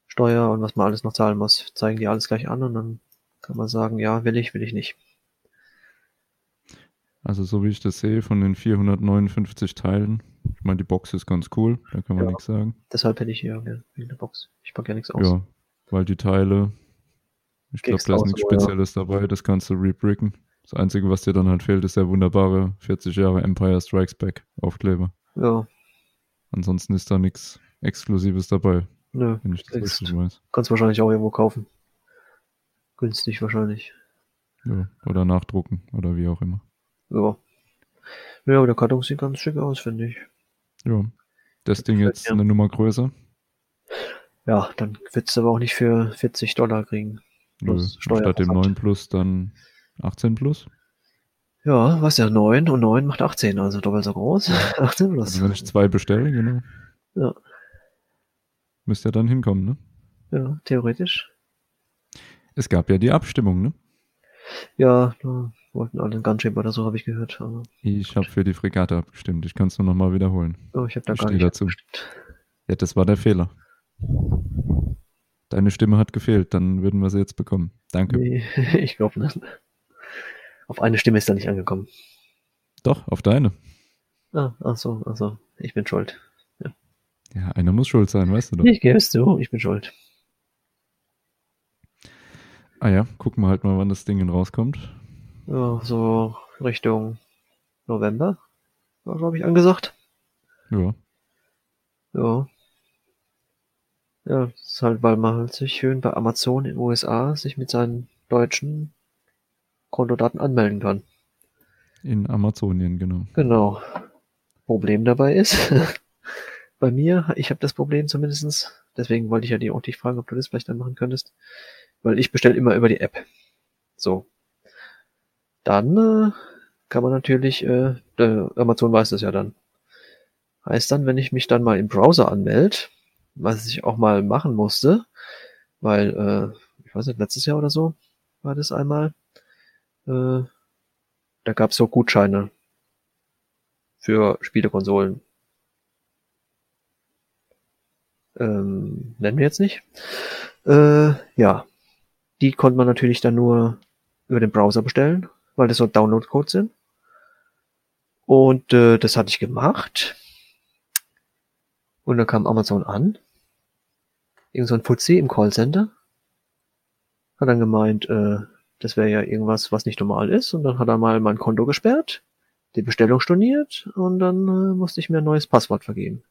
Speaker 2: Steuer und was man alles noch zahlen muss, zeigen die alles gleich an und dann kann man sagen, ja, will ich, will ich nicht.
Speaker 1: Also so wie ich das sehe, von den 459 Teilen. Ich meine, die Box ist ganz cool, da kann man
Speaker 2: Ja.
Speaker 1: nichts sagen.
Speaker 2: Deshalb hätte ich hier gerne wegen der Box. Ich packe ja nichts aus.
Speaker 1: Ja, weil die Teile, ich glaube,
Speaker 2: Kriegst
Speaker 1: da ist
Speaker 2: raus,
Speaker 1: nichts
Speaker 2: aber ja.
Speaker 1: Spezielles dabei, das kannst du rebricken. Das Einzige, was dir dann halt fehlt, ist der wunderbare 40 Jahre Empire Strikes Back Aufkleber.
Speaker 2: Ja,
Speaker 1: Ansonsten ist da nichts Exklusives dabei,
Speaker 2: nö.
Speaker 1: wenn ich das
Speaker 2: Kriegst.
Speaker 1: richtig weiß.
Speaker 2: Kannst wahrscheinlich auch irgendwo kaufen. Günstig wahrscheinlich.
Speaker 1: Ja. Oder nachdrucken oder wie auch immer.
Speaker 2: Ja. Ja, aber der Karton sieht ganz schick aus, finde ich.
Speaker 1: Ja. Das Ding jetzt
Speaker 2: Ja.
Speaker 1: eine Nummer größer.
Speaker 2: Ja, dann wird's aber auch nicht für 40 Dollar kriegen.
Speaker 1: Nö.
Speaker 2: Plus Steuer-
Speaker 1: Statt dem
Speaker 2: Versand.
Speaker 1: 9 Plus dann 18 Plus.
Speaker 2: Ja, was ja, 9 und 9 macht 18, also doppelt so groß. 18 plus.
Speaker 1: Also wenn ich zwei bestelle, genau.
Speaker 2: Ja.
Speaker 1: Müsste ja dann hinkommen, ne?
Speaker 2: Ja, theoretisch.
Speaker 1: Es gab ja die Abstimmung, ne?
Speaker 2: Ja, da wollten alle einen Gunship oder so, habe ich gehört. Aber
Speaker 1: Ich habe für die Fregatte abgestimmt. Ich kann es nur nochmal wiederholen.
Speaker 2: oh, ich habe da
Speaker 1: Ich
Speaker 2: gar
Speaker 1: stehe
Speaker 2: nicht
Speaker 1: dazu.
Speaker 2: abgestimmt.
Speaker 1: Ja, das war der Fehler. Deine Stimme hat gefehlt, dann würden wir sie jetzt bekommen. Danke.
Speaker 2: Nee, ich glaube nicht. Auf eine Stimme ist da nicht angekommen.
Speaker 1: Doch, auf deine.
Speaker 2: Ah, ach so, ach so. Ich bin schuld.
Speaker 1: Ja, einer muss schuld sein, weißt du doch.
Speaker 2: Ich gebe es zu, ich bin schuld.
Speaker 1: Ah ja, gucken wir halt mal, wann das Ding denn rauskommt.
Speaker 2: Ja, so Richtung November war, glaube ich, angesagt.
Speaker 1: Ja,
Speaker 2: Ja. Ja, das ist halt, weil man halt sich schön bei Amazon in den USA sich mit seinen deutschen Kontodaten anmelden kann.
Speaker 1: in Amazonien, genau.
Speaker 2: Genau. Problem dabei ist, bei mir, ich habe das Problem zumindestens. deswegen wollte ich ja die, auch dich fragen, ob du das vielleicht dann machen könntest, weil ich bestelle immer über die App. So. Dann äh, kann man natürlich, äh, der Amazon weiß das ja dann. Heißt dann, wenn ich mich dann mal im Browser anmelde, was ich auch mal machen musste, weil, äh, ich weiß nicht, letztes Jahr oder so war das einmal, äh, da gab es so Gutscheine für Spielekonsolen. Ähm, nennen wir jetzt nicht. Äh, ja. Die konnte man natürlich dann nur über den Browser bestellen, weil das so Download-Codes sind. Und äh, das hatte ich gemacht. Und dann kam Amazon an. Irgend so ein Fuzzi im Callcenter. Hat dann gemeint, äh, das wäre ja irgendwas, was nicht normal ist. Und dann hat er mal mein Konto gesperrt die Bestellung storniert und dann äh, musste ich mir ein neues Passwort vergeben.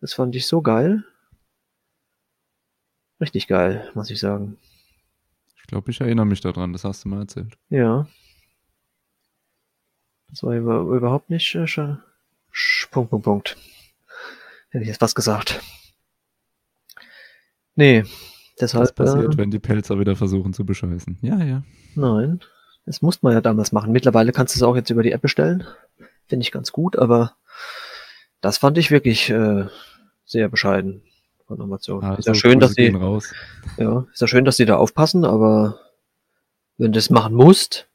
Speaker 2: Das fand ich so geil. Richtig geil, muss ich sagen.
Speaker 1: Ich glaube, ich erinnere mich daran, das hast du mal erzählt.
Speaker 2: Ja. Das war über, überhaupt nicht. Äh, scha- sch, Punkt, Punkt, Punkt. Hätte ich jetzt was gesagt. Nee, deshalb.
Speaker 1: Was passiert,
Speaker 2: äh,
Speaker 1: wenn die Pelzer wieder versuchen zu bescheißen? Ja, ja.
Speaker 2: Nein, das musste man ja damals machen. Mittlerweile kannst du es auch jetzt über die App bestellen. Finde ich ganz gut, aber das fand ich wirklich äh, sehr bescheiden von Amazon.
Speaker 1: Also
Speaker 2: ist ja schön, dass
Speaker 1: Grüße gehen
Speaker 2: sie,
Speaker 1: raus.
Speaker 2: ja, ist ja schön, dass sie da aufpassen, aber wenn du das machen musst,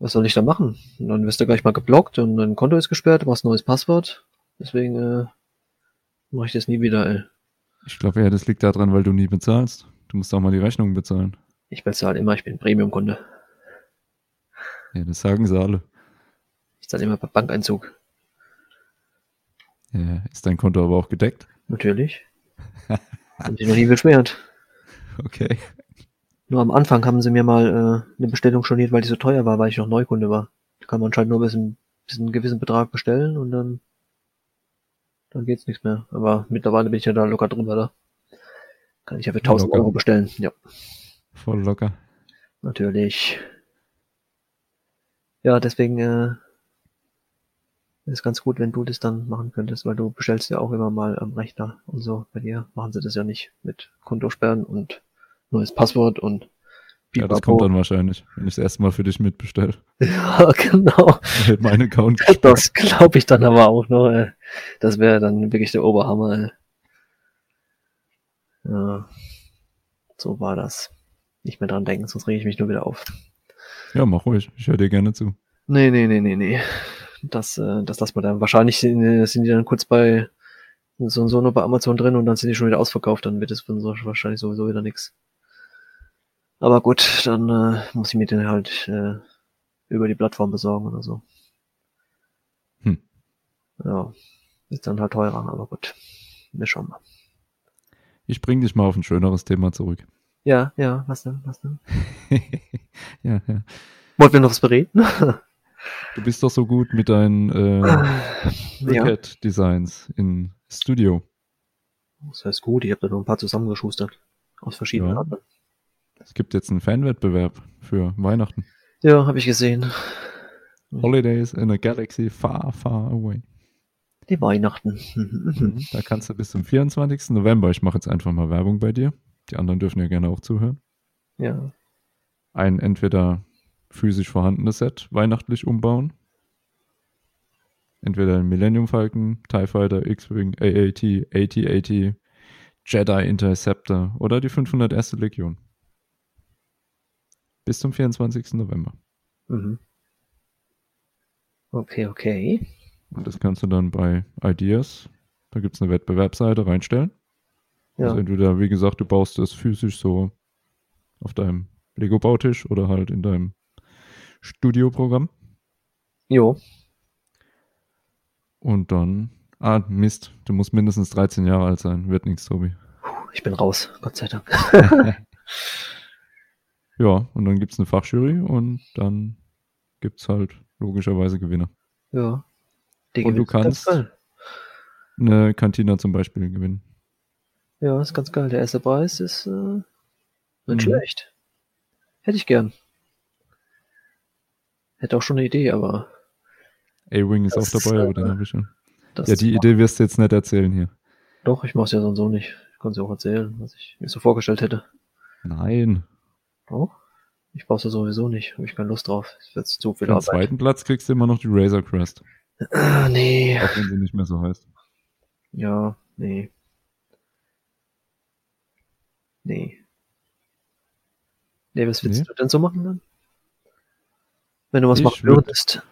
Speaker 2: was soll ich da machen? Und dann wirst du gleich mal geblockt und dein Konto ist gesperrt, du machst ein neues Passwort. Deswegen äh, mache ich das nie wieder. Ey.
Speaker 1: Ich glaube eher, das liegt daran, weil du nie bezahlst. Du musst auch mal die Rechnung bezahlen.
Speaker 2: Ich bezahle immer, ich bin Premium-Kunde.
Speaker 1: Ja, das sagen sie alle.
Speaker 2: Ich zahle immer bei Bankeinzug.
Speaker 1: Ja, ist dein Konto aber auch gedeckt?
Speaker 2: Natürlich. Haben sich noch nie beschwert.
Speaker 1: Okay.
Speaker 2: Nur am Anfang haben sie mir mal äh, eine Bestellung storniert, weil die so teuer war, weil ich noch Neukunde war. Da kann man anscheinend nur bis, ein, bis einen gewissen Betrag bestellen und dann, dann geht's nichts mehr. Aber mittlerweile bin ich ja da locker drüber da. Kann ich ja für 1000
Speaker 1: Locker.
Speaker 2: Euro bestellen. Ja,
Speaker 1: Voll locker.
Speaker 2: natürlich. Ja, deswegen äh, ist ganz gut, wenn du das dann machen könntest, weil du bestellst ja auch immer mal am Rechner und so. Bei dir machen sie das ja nicht mit Kontosperren und neues Passwort und
Speaker 1: Ja, das kommt dann wahrscheinlich, wenn ich es erstmal für dich mitbestelle.
Speaker 2: Ja, genau.
Speaker 1: Dann hält mein Account.
Speaker 2: Das glaube ich dann aber auch noch. Ey. Das wäre dann wirklich der Oberhammer. Ey. Ja. So war das. Nicht mehr dran denken, sonst reg ich mich nur wieder auf.
Speaker 1: Ja, mach ruhig. Ich höre dir gerne zu.
Speaker 2: Nee, nee, nee, nee, nee. Das, äh, das lassen wir dann. Wahrscheinlich sind, äh, sind die dann kurz bei so und so nur bei Amazon drin und dann sind die schon wieder ausverkauft. Dann wird es von so wahrscheinlich sowieso wieder nix. Aber gut, dann äh, muss ich mir den halt äh, über die Plattform besorgen oder so.
Speaker 1: Hm.
Speaker 2: Ja, ist dann halt teurer, aber gut. Wir schauen mal.
Speaker 1: Ich bring dich mal auf ein schöneres Thema zurück.
Speaker 2: Ja, ja, was denn, was denn?
Speaker 1: ja, ja.
Speaker 2: Wollten wir noch was bereden?
Speaker 1: Du bist doch so gut mit deinen äh,
Speaker 2: ja,
Speaker 1: Cricket-Designs in Studio.
Speaker 2: das heißt gut, ich habe da noch ein paar zusammengeschustert. Aus verschiedenen
Speaker 1: Ja.
Speaker 2: Arten.
Speaker 1: Es gibt jetzt einen Fanwettbewerb für Weihnachten.
Speaker 2: Ja, habe ich gesehen.
Speaker 1: Holidays in a Galaxy Far, Far Away.
Speaker 2: Die Weihnachten.
Speaker 1: Da kannst du bis zum 24. November, ich mache jetzt einfach mal Werbung bei dir. Die anderen dürfen ja gerne auch zuhören.
Speaker 2: ja.
Speaker 1: Ein entweder physisch vorhandenes Set weihnachtlich umbauen. Entweder ein Millennium Falcon, TIE Fighter, X-Wing, AAT, AT-AT, Jedi Interceptor oder die 501. Legion. Bis zum 24. November.
Speaker 2: Mhm. Okay, okay.
Speaker 1: Und das kannst du dann bei Ideas, da gibt es eine Wettbewerbsseite, reinstellen.
Speaker 2: Ja.
Speaker 1: Also entweder, wie gesagt, du baust das physisch so auf deinem Lego-Bautisch oder halt in deinem Studioprogramm.
Speaker 2: Jo.
Speaker 1: Und dann, ah, Mist, du musst mindestens 13 Jahre alt sein. Wird nichts, Tobi.
Speaker 2: Ich bin raus, Gott sei Dank.
Speaker 1: Ja, und dann gibt es eine Fachjury und dann gibt es halt logischerweise Gewinner.
Speaker 2: Ja. Die
Speaker 1: Und du
Speaker 2: gewinnt. Ganz
Speaker 1: kannst-
Speaker 2: geil.
Speaker 1: Eine Cantina zum Beispiel gewinnen.
Speaker 2: Ja, ist ganz geil. Der erste Preis ist äh,
Speaker 1: Mhm.
Speaker 2: nicht schlecht. Hätte ich gern. Hätte auch schon eine Idee, aber
Speaker 1: A-Wing ist
Speaker 2: Das
Speaker 1: auch
Speaker 2: ist,
Speaker 1: dabei,
Speaker 2: äh,
Speaker 1: aber den habe ich schon.
Speaker 2: das
Speaker 1: Ja, die Idee wirst du jetzt nicht erzählen hier.
Speaker 2: doch, ich mach's ja sonst so nicht. Ich kann ja auch erzählen, was ich mir so vorgestellt hätte.
Speaker 1: Nein.
Speaker 2: Doch? Ich brauch's ja sowieso nicht, habe ich keine Lust drauf. Es wird zu viel
Speaker 1: Für den
Speaker 2: Arbeit.
Speaker 1: zweiten Platz kriegst du immer noch die Razor Crest,
Speaker 2: Ah, nee.
Speaker 1: auch wenn sie nicht mehr so heißt.
Speaker 2: Ja, nee. Nee. Nee, was willst
Speaker 1: Nee?
Speaker 2: du denn so machen dann? Wenn du was
Speaker 1: Ich
Speaker 2: machen
Speaker 1: würd-
Speaker 2: würdest.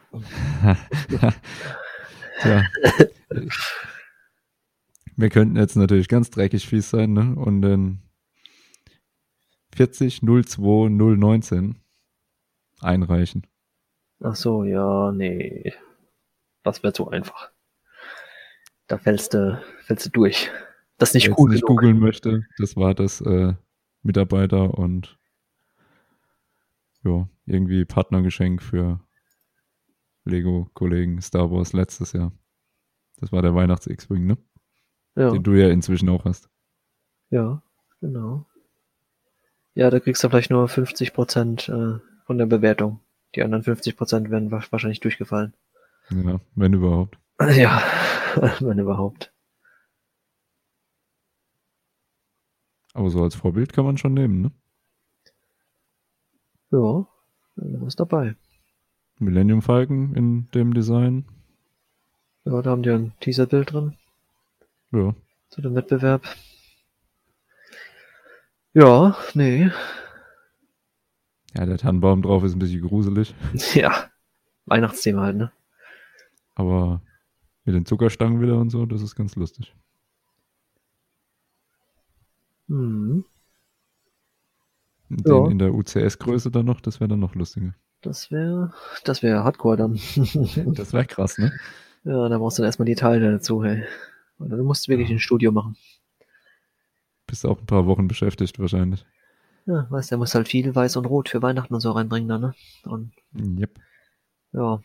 Speaker 1: Tja. Wir könnten jetzt natürlich ganz dreckig fies sein, ne? Und dann 40 02 019 einreichen.
Speaker 2: Ach so, ja, nee. Das wäre zu einfach. Da fällst du, fällst du durch. Das ist nicht
Speaker 1: Wer jetzt
Speaker 2: cool
Speaker 1: nicht
Speaker 2: genug.
Speaker 1: googeln möchte, das war das äh, Mitarbeiter und ja, irgendwie Partnergeschenk für Lego-Kollegen Star Wars letztes Jahr. Das war der Weihnachts-X-Wing, ne?
Speaker 2: Ja,
Speaker 1: Den du ja inzwischen auch hast.
Speaker 2: ja, genau. Ja, da kriegst du vielleicht nur 50% äh, von der Bewertung. Die anderen 50% werden wa- wahrscheinlich durchgefallen.
Speaker 1: Ja, wenn überhaupt.
Speaker 2: Ja, wenn überhaupt.
Speaker 1: Aber so als Vorbild kann man schon nehmen, ne?
Speaker 2: Ja, dann ist dabei.
Speaker 1: Millennium Falcon in dem Design.
Speaker 2: Ja, da haben die ein Teaserbild drin
Speaker 1: Ja,
Speaker 2: zu dem Wettbewerb. Ja, nee.
Speaker 1: ja der Tannenbaum drauf ist ein bisschen gruselig,
Speaker 2: Ja. Weihnachtsthema halt, ne?
Speaker 1: aber mit den Zuckerstangen wieder und so, das ist ganz lustig.
Speaker 2: Mhm.
Speaker 1: Und
Speaker 2: Ja.
Speaker 1: Den in der UCS-Größe dann noch, das wäre dann noch lustiger.
Speaker 2: Das wäre das wäre Hardcore dann.
Speaker 1: Das wäre krass, ne?
Speaker 2: ja, da brauchst du dann erstmal die Teile dazu, hey. Und dann musst du wirklich ein Studio machen.
Speaker 1: Bist auch ein paar Wochen beschäftigt wahrscheinlich.
Speaker 2: Ja, weißt du, der muss halt viel weiß und rot für Weihnachten und so reinbringen dann, ne? Und
Speaker 1: Yep.
Speaker 2: ja.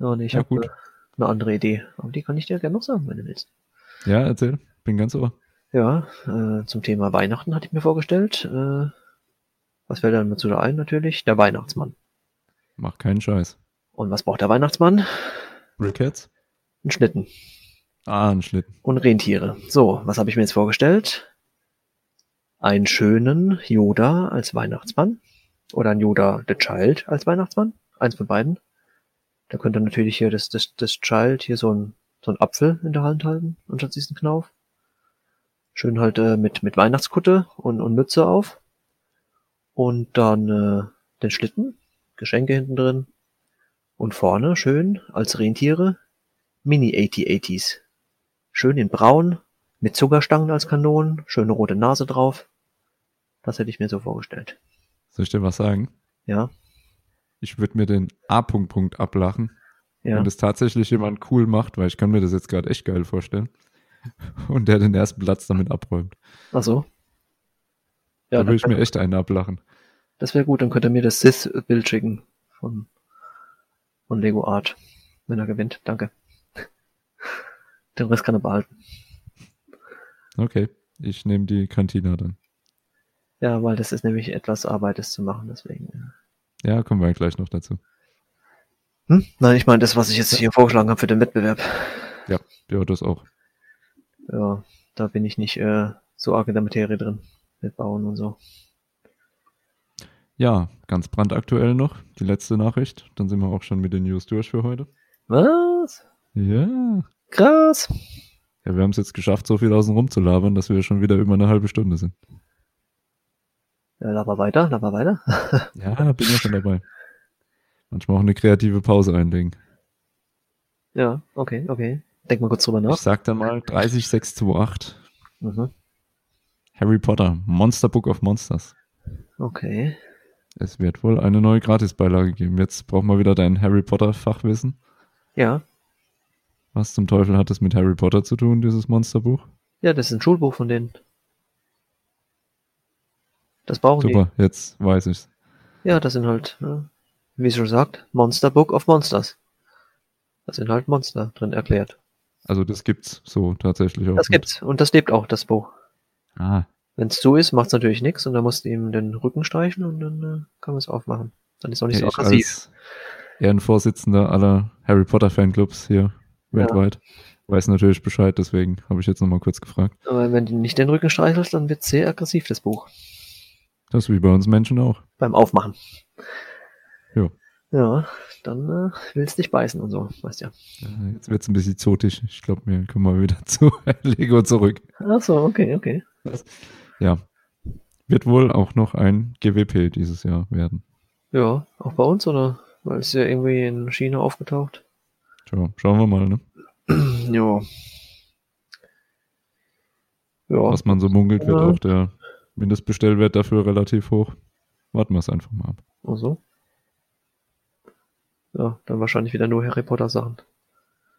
Speaker 2: Ja, nee, ich
Speaker 1: Ja,
Speaker 2: hab
Speaker 1: gut.
Speaker 2: habe eine andere Idee. Aber die kann ich dir gerne noch sagen, wenn du willst.
Speaker 1: Ja, erzähl. Bin ganz ohr.
Speaker 2: Ja, äh, zum Thema Weihnachten hatte ich mir vorgestellt. Äh, was fällt dann dazu da ein natürlich? Der Weihnachtsmann.
Speaker 1: Mach keinen Scheiß.
Speaker 2: Und was braucht der Weihnachtsmann?
Speaker 1: Brickheads?
Speaker 2: Einen Schlitten
Speaker 1: Ah, ein Schlitten.
Speaker 2: und Rentiere. So, was habe ich mir jetzt vorgestellt? einen schönen Yoda als Weihnachtsmann oder ein Yoda the Child als Weihnachtsmann. Eins von beiden. Da könnte natürlich hier das, das, das Child hier so ein, so ein Apfel in der Hand halten und statt diesen Knauf. Schön halt äh, mit, mit Weihnachtskutte und, und Mütze auf. Und dann äh, den Schlitten, Geschenke hinten drin. Und vorne schön als Rentiere Mini-8080s. Schön in braun, mit Zuckerstangen als Kanonen, schöne rote Nase drauf. Das hätte ich mir so vorgestellt.
Speaker 1: Soll ich dir was sagen?
Speaker 2: Ja,
Speaker 1: Ich würde mir den A-Punkt Punkt ablachen,
Speaker 2: ja.
Speaker 1: wenn das tatsächlich jemand cool macht, weil ich kann mir das jetzt gerade echt geil vorstellen. Und der den ersten Platz damit abräumt.
Speaker 2: Ach so.
Speaker 1: Ja,
Speaker 2: Ja,
Speaker 1: da würde
Speaker 2: dann,
Speaker 1: ich mir echt einen ablachen.
Speaker 2: das wäre gut. Dann könnte er mir das Sith-Bild schicken von, von Lego Art, wenn er gewinnt. Danke. Den Rest kann er behalten.
Speaker 1: Okay, ich nehme die Cantina dann.
Speaker 2: Ja, weil das ist nämlich etwas Arbeit, das zu machen. Deswegen. ja.
Speaker 1: Ja, kommen wir gleich noch dazu.
Speaker 2: Hm? Nein, ich meine das, was ich jetzt hier vorgeschlagen habe für den Wettbewerb.
Speaker 1: Ja, das auch.
Speaker 2: Ja, da bin ich nicht äh, so arg in der Materie drin. Mit Bauen und so.
Speaker 1: Ja, ganz brandaktuell noch. Die letzte Nachricht. Dann sind wir auch schon mit den News durch für heute.
Speaker 2: Was?
Speaker 1: Ja.
Speaker 2: Krass.
Speaker 1: Ja, wir haben es jetzt geschafft, so viel außen rum zu labern, dass wir schon wieder über eine halbe Stunde sind.
Speaker 2: Ja, laber weiter, laber weiter.
Speaker 1: Ja, bin ja schon dabei. Manchmal auch eine kreative Pause einlegen.
Speaker 2: Ja, okay, okay. Denk mal kurz drüber
Speaker 1: Ich
Speaker 2: nach.
Speaker 1: sag dann mal 30628.
Speaker 2: Mhm.
Speaker 1: Harry Potter, Monster Book of Monsters.
Speaker 2: Okay.
Speaker 1: Es wird wohl eine neue Gratisbeilage geben. Jetzt brauchen wir wieder dein Harry Potter Fachwissen.
Speaker 2: Ja,
Speaker 1: Was zum Teufel hat es mit Harry Potter zu tun, dieses Monsterbuch?
Speaker 2: Ja, das ist ein Schulbuch von denen. Das brauchen
Speaker 1: Super, jetzt weiß ich's.
Speaker 2: die. Ja, das sind halt, ne, wie schon gesagt, Monster Book of Monsters. Da sind halt Monster drin erklärt.
Speaker 1: Also das gibt's so tatsächlich auch.
Speaker 2: Das
Speaker 1: mit.
Speaker 2: gibt's und das lebt auch, das Buch.
Speaker 1: Ah,
Speaker 2: Wenn's zu ist, macht's natürlich nichts und dann musst du ihm den Rücken streichen und dann äh, kann man es aufmachen. Dann ist auch nicht
Speaker 1: ja,
Speaker 2: so
Speaker 1: ich
Speaker 2: aggressiv.
Speaker 1: als Ehrenvorsitzender aller Harry Potter Fanclubs hier weltweit weiß natürlich Bescheid, deswegen habe ich jetzt nochmal kurz gefragt.
Speaker 2: Aber wenn du nicht den Rücken streichelst, dann wird's sehr aggressiv, das Buch.
Speaker 1: Das ist wie bei uns Menschen auch.
Speaker 2: Beim Aufmachen.
Speaker 1: Jo.
Speaker 2: Ja, dann äh, willst dich beißen und so, weißt ja.
Speaker 1: Äh, Jetzt wird's ein bisschen zotisch. Ich glaube, wir kommen mal wieder zu Lego zurück.
Speaker 2: Ach so, okay, okay.
Speaker 1: Ja. Wird wohl auch noch ein GWP dieses Jahr werden.
Speaker 2: Ja, auch bei uns, oder? Weil es ja irgendwie in China aufgetaucht.
Speaker 1: Tja, schauen wir mal, ne?
Speaker 2: ja. Ja,
Speaker 1: Was man so munkelt, wird
Speaker 2: Ja.
Speaker 1: auch der Mindestbestellwert dafür relativ hoch. Warten wir es einfach mal ab.
Speaker 2: also. Ja, dann wahrscheinlich wieder nur Harry Potter Sachen.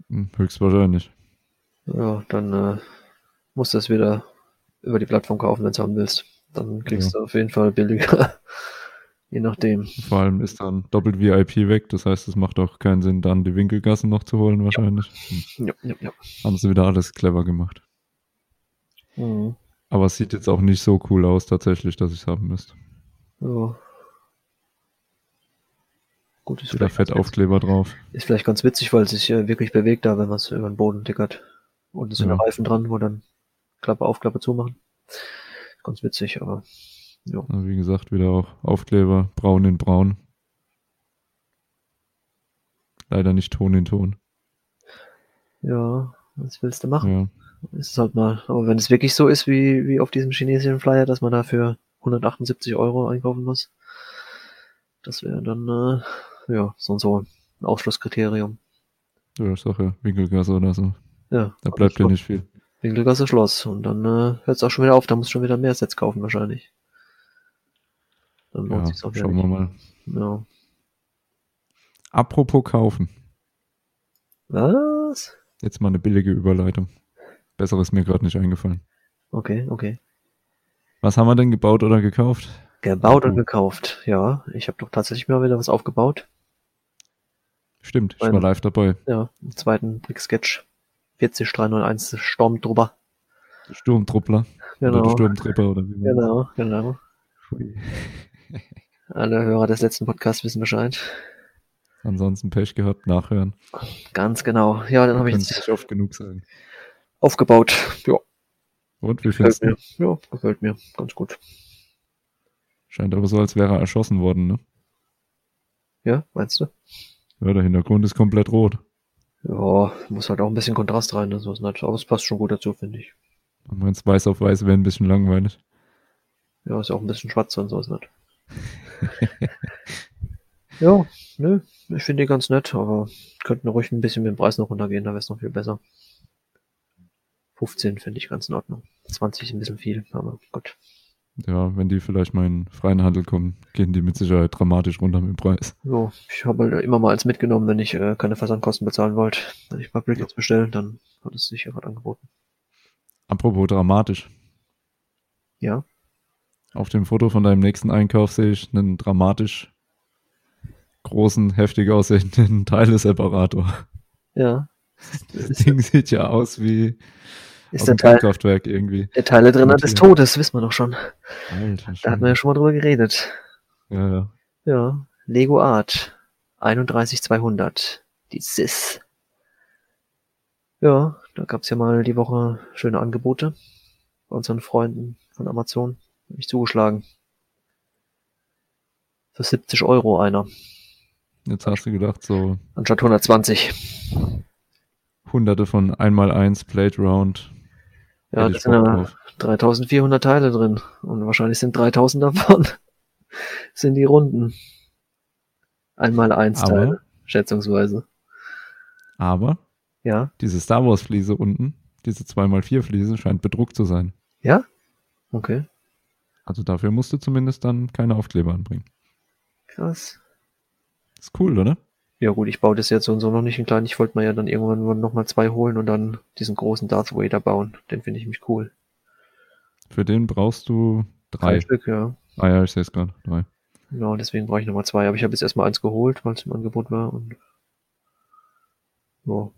Speaker 1: Hm, Höchstwahrscheinlich.
Speaker 2: Ja, dann äh, musst du es wieder über die Plattform kaufen, wenn du es haben willst. Dann kriegst du auf jeden Fall billiger. Je nachdem.
Speaker 1: Vor allem ist dann doppelt VIP weg. Das heißt, es macht auch keinen Sinn, dann die Winkelgassen noch zu holen, wahrscheinlich. Hm,
Speaker 2: Ja, ja, ja.
Speaker 1: haben sie wieder alles clever gemacht.
Speaker 2: Mhm.
Speaker 1: Aber es sieht jetzt auch nicht so cool aus, tatsächlich, dass ich es haben müsste.
Speaker 2: ja. Gut, ist
Speaker 1: Wieder
Speaker 2: vielleicht, ganz witzig.
Speaker 1: Fettaufkleber drauf.
Speaker 2: ist vielleicht ganz witzig, weil es sich äh, wirklich bewegt da, wenn man es über den Boden tickert. Und es sind
Speaker 1: Ja.
Speaker 2: Reifen dran, wo dann Klappe auf, Klappe zu machen. Ganz witzig, aber ja.
Speaker 1: Also wie gesagt, wieder auch Aufkleber, braun in braun. Leider nicht Ton in Ton.
Speaker 2: Ja, was willst du machen?
Speaker 1: Ja,
Speaker 2: Ist es halt mal. Aber wenn es wirklich so ist, wie, wie auf diesem chinesischen Flyer, dass man dafür 178 Euro einkaufen muss, das wäre dann, äh, ja, so und so ein Ausschlusskriterium.
Speaker 1: ja ich sag ja, Winkelgasse oder so.
Speaker 2: Ja.
Speaker 1: Da bleibt ja nicht viel.
Speaker 2: Winkelgasse Schloss. Und dann äh, hört es auch schon wieder auf, da muss schon wieder mehr Sets kaufen wahrscheinlich. Dann lohnt
Speaker 1: Ja,
Speaker 2: sich's auch wieder
Speaker 1: schauen wir mal.
Speaker 2: nicht. Ja.
Speaker 1: Apropos kaufen.
Speaker 2: Was?
Speaker 1: Jetzt mal eine billige Überleitung. Besseres ist mir gerade nicht eingefallen.
Speaker 2: Okay, okay.
Speaker 1: Was haben wir denn gebaut oder gekauft?
Speaker 2: Gebaut und
Speaker 1: Gut.
Speaker 2: gekauft. Ja, ich habe doch tatsächlich mal wieder was aufgebaut.
Speaker 1: Stimmt, ich
Speaker 2: Ein-
Speaker 1: war live dabei.
Speaker 2: Ja, im zweiten Brick-Sketch. 40391 Sturm drüber.
Speaker 1: Sturmtruppler oder der
Speaker 2: Genau,
Speaker 1: Sturmtripper oder wie man
Speaker 2: genau, genau.
Speaker 1: Hui.
Speaker 2: Alle Hörer des letzten Podcasts wissen Bescheid.
Speaker 1: Ansonsten Pech gehabt, nachhören.
Speaker 2: Ganz genau. Ja, dann habe ich
Speaker 1: Kann's
Speaker 2: jetzt
Speaker 1: nicht oft genug sagen.
Speaker 2: aufgebaut. Ja.
Speaker 1: Und wie findest du?
Speaker 2: mir. Ja, gefällt mir. Ganz gut.
Speaker 1: Scheint aber so, als wäre er erschossen worden, ne?
Speaker 2: Ja, meinst du?
Speaker 1: Ja, der Hintergrund ist komplett rot.
Speaker 2: Ja, muss halt auch ein bisschen Kontrast rein, das was nicht. Aber es passt schon gut dazu, finde ich.
Speaker 1: Und wenn es weiß auf weiß wäre, ein bisschen langweilig.
Speaker 2: Ja, ist auch ein bisschen schwarz und sowas nicht. ja, nö, ich finde die ganz nett, aber könnten ruhig ein bisschen mit dem Preis noch runtergehen, da wäre es noch viel besser. 15 finde ich ganz in Ordnung. 20 ist ein bisschen viel, aber gut.
Speaker 1: Ja, wenn die vielleicht mal in freien Handel kommen, gehen die mit Sicherheit dramatisch runter mit dem Preis.
Speaker 2: So, ich habe halt immer mal eins mitgenommen, wenn ich äh, keine Versandkosten bezahlen wollte. Wenn ich mal Blick jetzt bestelle, dann hat es sich einfach angeboten.
Speaker 1: Apropos dramatisch.
Speaker 2: Ja,
Speaker 1: Auf dem Foto von deinem nächsten Einkauf sehe ich einen dramatisch großen, heftig aussehenden Teile-Separator.
Speaker 2: ja.
Speaker 1: Das
Speaker 2: Ist-
Speaker 1: Ding sieht ja aus wie
Speaker 2: Ist
Speaker 1: aus
Speaker 2: der
Speaker 1: dem
Speaker 2: Teil,
Speaker 1: Kraftwerk irgendwie.
Speaker 2: der Also Teile Mhm. drin hat, ist
Speaker 1: Montieren.
Speaker 2: Todes, wissen wir doch schon.
Speaker 1: Alter,
Speaker 2: Da hatten wir ja schon mal drüber geredet.
Speaker 1: ja, ja.
Speaker 2: Ja, Lego Art 31200, die SIS. Ja, da gab's ja mal die Woche schöne Angebote bei unseren Freunden von Amazon. Hab ich zugeschlagen. Für 70 Euro einer,
Speaker 1: Jetzt hast du gedacht, so
Speaker 2: anstatt 120.
Speaker 1: hunderte von 1x1 Playground.
Speaker 2: Ja,
Speaker 1: Hätte
Speaker 2: das
Speaker 1: ich
Speaker 2: sind
Speaker 1: Bock
Speaker 2: ja
Speaker 1: drauf.
Speaker 2: 3400 Teile drin. Und wahrscheinlich sind 3000 davon, sind die Runden. Einmal eins
Speaker 1: Aber-
Speaker 2: Teile, schätzungsweise.
Speaker 1: Aber
Speaker 2: Ja,
Speaker 1: diese Star Wars Fliese unten, diese 2x4 Fliese scheint bedruckt zu sein.
Speaker 2: okay,
Speaker 1: Also dafür musst du zumindest dann keine Aufkleber anbringen.
Speaker 2: krass.
Speaker 1: Ist cool, oder?
Speaker 2: Ja gut, ich baue das jetzt so und so noch nicht in klein. Ich wollte mir ja dann irgendwann nochmal zwei holen und dann diesen großen Darth Vader bauen. Den finde ich mich cool.
Speaker 1: Für den brauchst du drei.
Speaker 2: Drei Stück, ja.
Speaker 1: Ah ja, ich sehe es gerade. Drei.
Speaker 2: Genau, deswegen brauche ich nochmal zwei. Aber ich habe jetzt erstmal eins geholt, weil es im Angebot war. Und ja.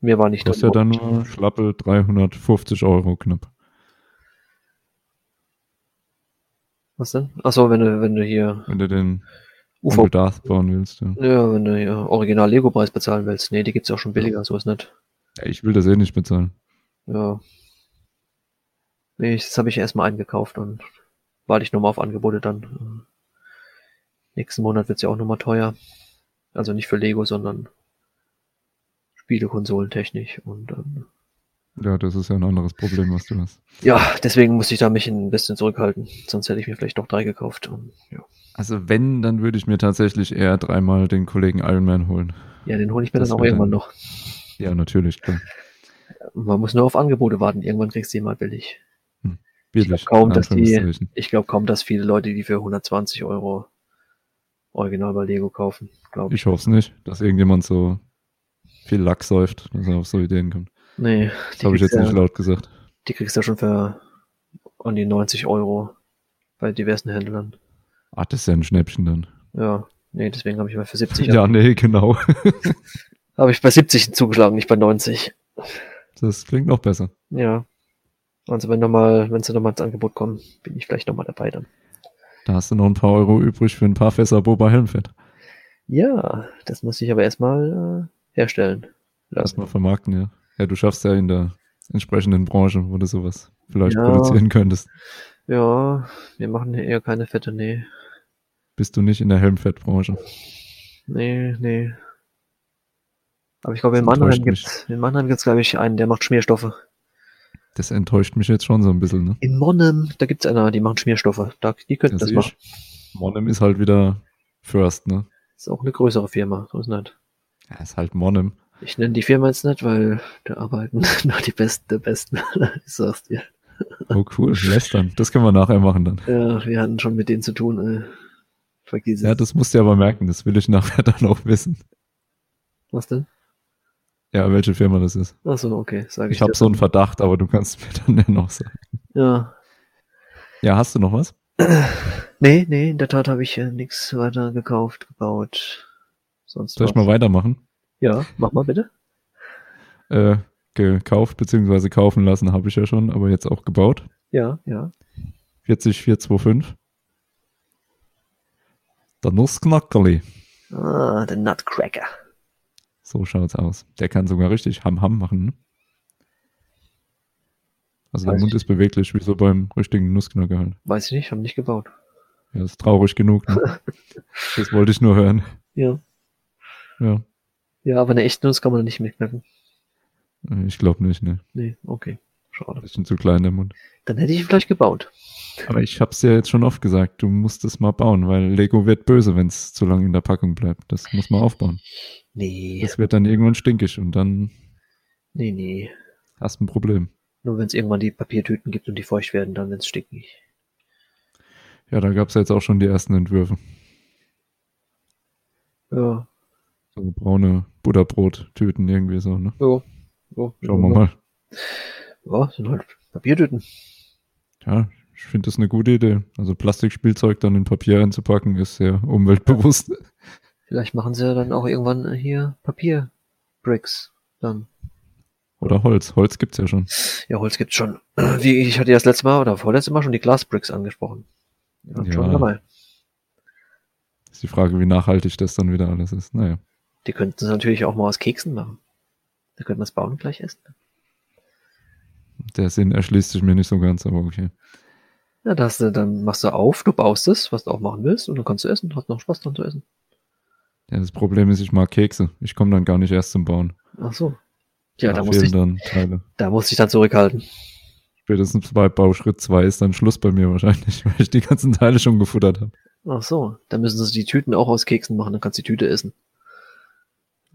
Speaker 2: Mir war nicht
Speaker 1: Kostet ja dann nur schlappe 350 Euro knapp.
Speaker 2: Was denn? Achso, wenn du, wenn du hier
Speaker 1: Wenn du den wenn
Speaker 2: UV.
Speaker 1: du Darth bauen willst. Ja.
Speaker 2: Ja, wenn du hier Original Lego Preis bezahlen willst. Nee, die gibt's auch schon billiger, so ist nicht.
Speaker 1: Ja, ich will das eh nicht bezahlen.
Speaker 2: Ja. Nee, ich- das habe ich erstmal eingekauft und warte ich nochmal auf Angebote dann. äh, Nächsten Monat wird's ja auch nochmal teuer. Also nicht für Lego, sondern Spielekonsolen technisch und ähm,
Speaker 1: Ja, das ist ja ein anderes Problem, was du hast.
Speaker 2: ja, deswegen muss ich da mich ein bisschen zurückhalten. Sonst hätte ich mir vielleicht doch drei gekauft. Und, ja.
Speaker 1: Also wenn, dann würde ich mir tatsächlich eher dreimal den Kollegen Iron Man holen.
Speaker 2: ja, den hole ich mir
Speaker 1: Das
Speaker 2: dann auch
Speaker 1: wird
Speaker 2: irgendwann
Speaker 1: dann-
Speaker 2: noch.
Speaker 1: Ja, natürlich, klar.
Speaker 2: Man muss nur auf Angebote warten. Irgendwann kriegst du die mal billig.
Speaker 1: Billig,
Speaker 2: kaum,
Speaker 1: in
Speaker 2: dass die-
Speaker 1: Anführungszeichen.
Speaker 2: Ich glaube kaum, dass viele Leute die für 120 Euro original bei Lego kaufen, glaube ich.
Speaker 1: Ich hoffe es nicht, dass irgendjemand so viel Lack säuft, dass er auf so Ideen kommt.
Speaker 2: Nee,
Speaker 1: Das
Speaker 2: die
Speaker 1: habe ich
Speaker 2: kriegst
Speaker 1: jetzt
Speaker 2: ja-
Speaker 1: nicht laut gesagt.
Speaker 2: die kriegst du ja schon für an die 90 Euro bei diversen Händlern.
Speaker 1: Ah, das ist ja ein Schnäppchen dann.
Speaker 2: Ja, nee, deswegen habe ich mal für 70
Speaker 1: Ja, nee, genau.
Speaker 2: habe ich bei 70 zugeschlagen, nicht bei 90.
Speaker 1: Das klingt noch besser.
Speaker 2: Ja. Also wenn nochmal, wenn sie nochmal ins Angebot kommen, bin ich vielleicht nochmal dabei dann.
Speaker 1: Da hast du noch ein paar Euro übrig für ein paar Fässer Boba Helmfett.
Speaker 2: Ja, das muss ich aber erstmal äh, herstellen. Lassen.
Speaker 1: Erstmal vermarkten, ja. Ja, du schaffst ja in der entsprechenden Branche, wo du sowas vielleicht
Speaker 2: Ja.
Speaker 1: produzieren könntest.
Speaker 2: Ja, wir machen hier eher keine Fette, nee.
Speaker 1: Bist du nicht in der Helmfettbranche.
Speaker 2: Nee, nee. Aber ich glaube, in
Speaker 1: Das
Speaker 2: Mannheim
Speaker 1: enttäuscht mich.
Speaker 2: gibt's, in Mannheim gibt's, glaube ich, einen, der macht Schmierstoffe.
Speaker 1: Das enttäuscht mich jetzt schon so ein bisschen, ne?
Speaker 2: In Monnem, da gibt's einer, die machen Schmierstoffe. Da, die könnten das
Speaker 1: sehe
Speaker 2: machen.
Speaker 1: ich. Monem ist halt wieder First, ne?
Speaker 2: Ist auch eine größere Firma, so ist nicht.
Speaker 1: Ja, ist halt Monem.
Speaker 2: Ich nenne die Firma jetzt nicht, weil da arbeiten nur die Besten der Besten. ich sag's dir.
Speaker 1: Oh cool, lästern. Das können wir nachher machen dann.
Speaker 2: Ja, wir hatten schon mit denen zu tun. Äh, vergiss es.
Speaker 1: Ja, das musst du aber merken, das will ich nachher dann auch wissen.
Speaker 2: Was denn?
Speaker 1: Ja, welche Firma das ist.
Speaker 2: Ach so, okay, sage ich.
Speaker 1: Ich habe
Speaker 2: dir.
Speaker 1: so einen Verdacht, aber du kannst mir dann ja noch sagen.
Speaker 2: Ja.
Speaker 1: Ja, hast du noch was?
Speaker 2: Nee, nee, in der Tat habe ich äh, nichts weiter gekauft, gebaut. Sonst
Speaker 1: Soll ich
Speaker 2: was.
Speaker 1: mal weitermachen?
Speaker 2: Ja, mach mal bitte.
Speaker 1: Äh, gekauft bzw. kaufen lassen habe ich ja schon, aber jetzt auch gebaut.
Speaker 2: Ja, ja.
Speaker 1: 40425. Der Nussknackerli.
Speaker 2: Ah, der Nutcracker.
Speaker 1: So schaut's aus. Der kann sogar richtig Ham Ham machen. Ne? Also der
Speaker 2: Weiß
Speaker 1: Mund
Speaker 2: ich.
Speaker 1: ist beweglich, wie so beim richtigen Nussknacker halt.
Speaker 2: Weiß ich nicht, haben nicht gebaut.
Speaker 1: Ja, ist traurig genug. Ne? das wollte ich nur hören.
Speaker 2: Ja.
Speaker 1: Ja,
Speaker 2: Ja, aber eine echte Nuss kann man nicht mitknacken.
Speaker 1: äh, ich glaube nicht, ne.
Speaker 2: Nee, okay. Schade.
Speaker 1: Bisschen zu klein der Mund.
Speaker 2: Dann hätte ich ihn vielleicht gebaut.
Speaker 1: Aber ich hab's dir jetzt schon oft gesagt, du musst es mal bauen, weil Lego wird böse, wenn es zu lange in der Packung bleibt. Das muss man aufbauen.
Speaker 2: Nee,
Speaker 1: Das wird dann irgendwann stinkig und dann
Speaker 2: nee, nee.
Speaker 1: hast du ein Problem.
Speaker 2: Nur wenn es irgendwann die Papiertüten gibt und die feucht werden, dann wird's stickig.
Speaker 1: Ja, da gab's ja jetzt auch schon die ersten Entwürfe.
Speaker 2: Ja,
Speaker 1: So braune Butterbrot-Tüten irgendwie so, ne?
Speaker 2: ja. ja.
Speaker 1: Schauen wir mal.
Speaker 2: Ja, sind halt Papiertüten.
Speaker 1: Ja, ich finde das eine gute Idee. Also Plastikspielzeug dann in Papier einzupacken, ist sehr umweltbewusst.
Speaker 2: Vielleicht machen sie ja dann auch irgendwann hier Papierbricks. Dann.
Speaker 1: Oder Holz. Holz gibt's ja schon.
Speaker 2: Ja, Holz gibt's schon. Wie ich hatte ja das letzte Mal oder vorletzte Mal schon die Glasbricks angesprochen. Ja,
Speaker 1: Ja.
Speaker 2: Schon dabei.
Speaker 1: Ist die Frage, wie nachhaltig das dann wieder alles ist. Naja.
Speaker 2: Die könnten sie natürlich auch mal aus Keksen machen. Da könnten wir es bauen und gleich essen.
Speaker 1: Der Sinn erschließt sich mir nicht so ganz, aber okay.
Speaker 2: Ja, da hast du, dann machst du auf, du baust es, was du auch machen willst, und dann kannst du essen, hast noch Spaß dran zu essen.
Speaker 1: Ja, das Problem ist, ich mag Kekse. Ich komme dann gar nicht erst zum Bauen.
Speaker 2: Ach so. Ja, da
Speaker 1: da
Speaker 2: musste
Speaker 1: fehlen
Speaker 2: ich,
Speaker 1: dann Teile.
Speaker 2: da musste ich dann zurückhalten.
Speaker 1: Spätestens bei Bauschritt 2 ist dann Schluss bei mir wahrscheinlich, weil ich die ganzen Teile schon gefuttert habe.
Speaker 2: Ach so. Da müssen sie die Tüten auch aus Keksen machen, dann kannst du die Tüte essen.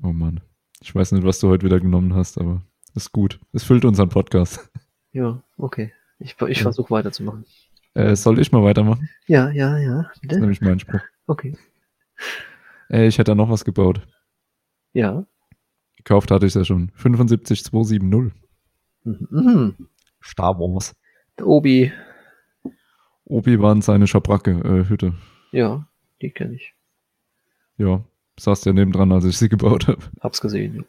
Speaker 1: Oh Mann. Ich weiß nicht, was du heute wieder genommen hast, aber ist gut. Es füllt unseren Podcast.
Speaker 2: Ja, okay. Ich, ich
Speaker 1: Ja.
Speaker 2: versuche weiterzumachen.
Speaker 1: Äh, soll ich mal weitermachen?
Speaker 2: Ja, ja, ja,
Speaker 1: Das ist
Speaker 2: bitte.
Speaker 1: nämlich mein Spruch.
Speaker 2: Okay.
Speaker 1: Äh, ich hätte da noch was gebaut.
Speaker 2: Ja.
Speaker 1: Gekauft hatte ich ja schon. 75270.
Speaker 2: Mhm, Mhm.
Speaker 1: Star Wars.
Speaker 2: Der Obi.
Speaker 1: Obi-Wan seine Schabracke, äh, Hütte.
Speaker 2: Ja, die kenne ich.
Speaker 1: Ja, saß ja nebendran, als ich sie gebaut habe.
Speaker 2: Hab's gesehen.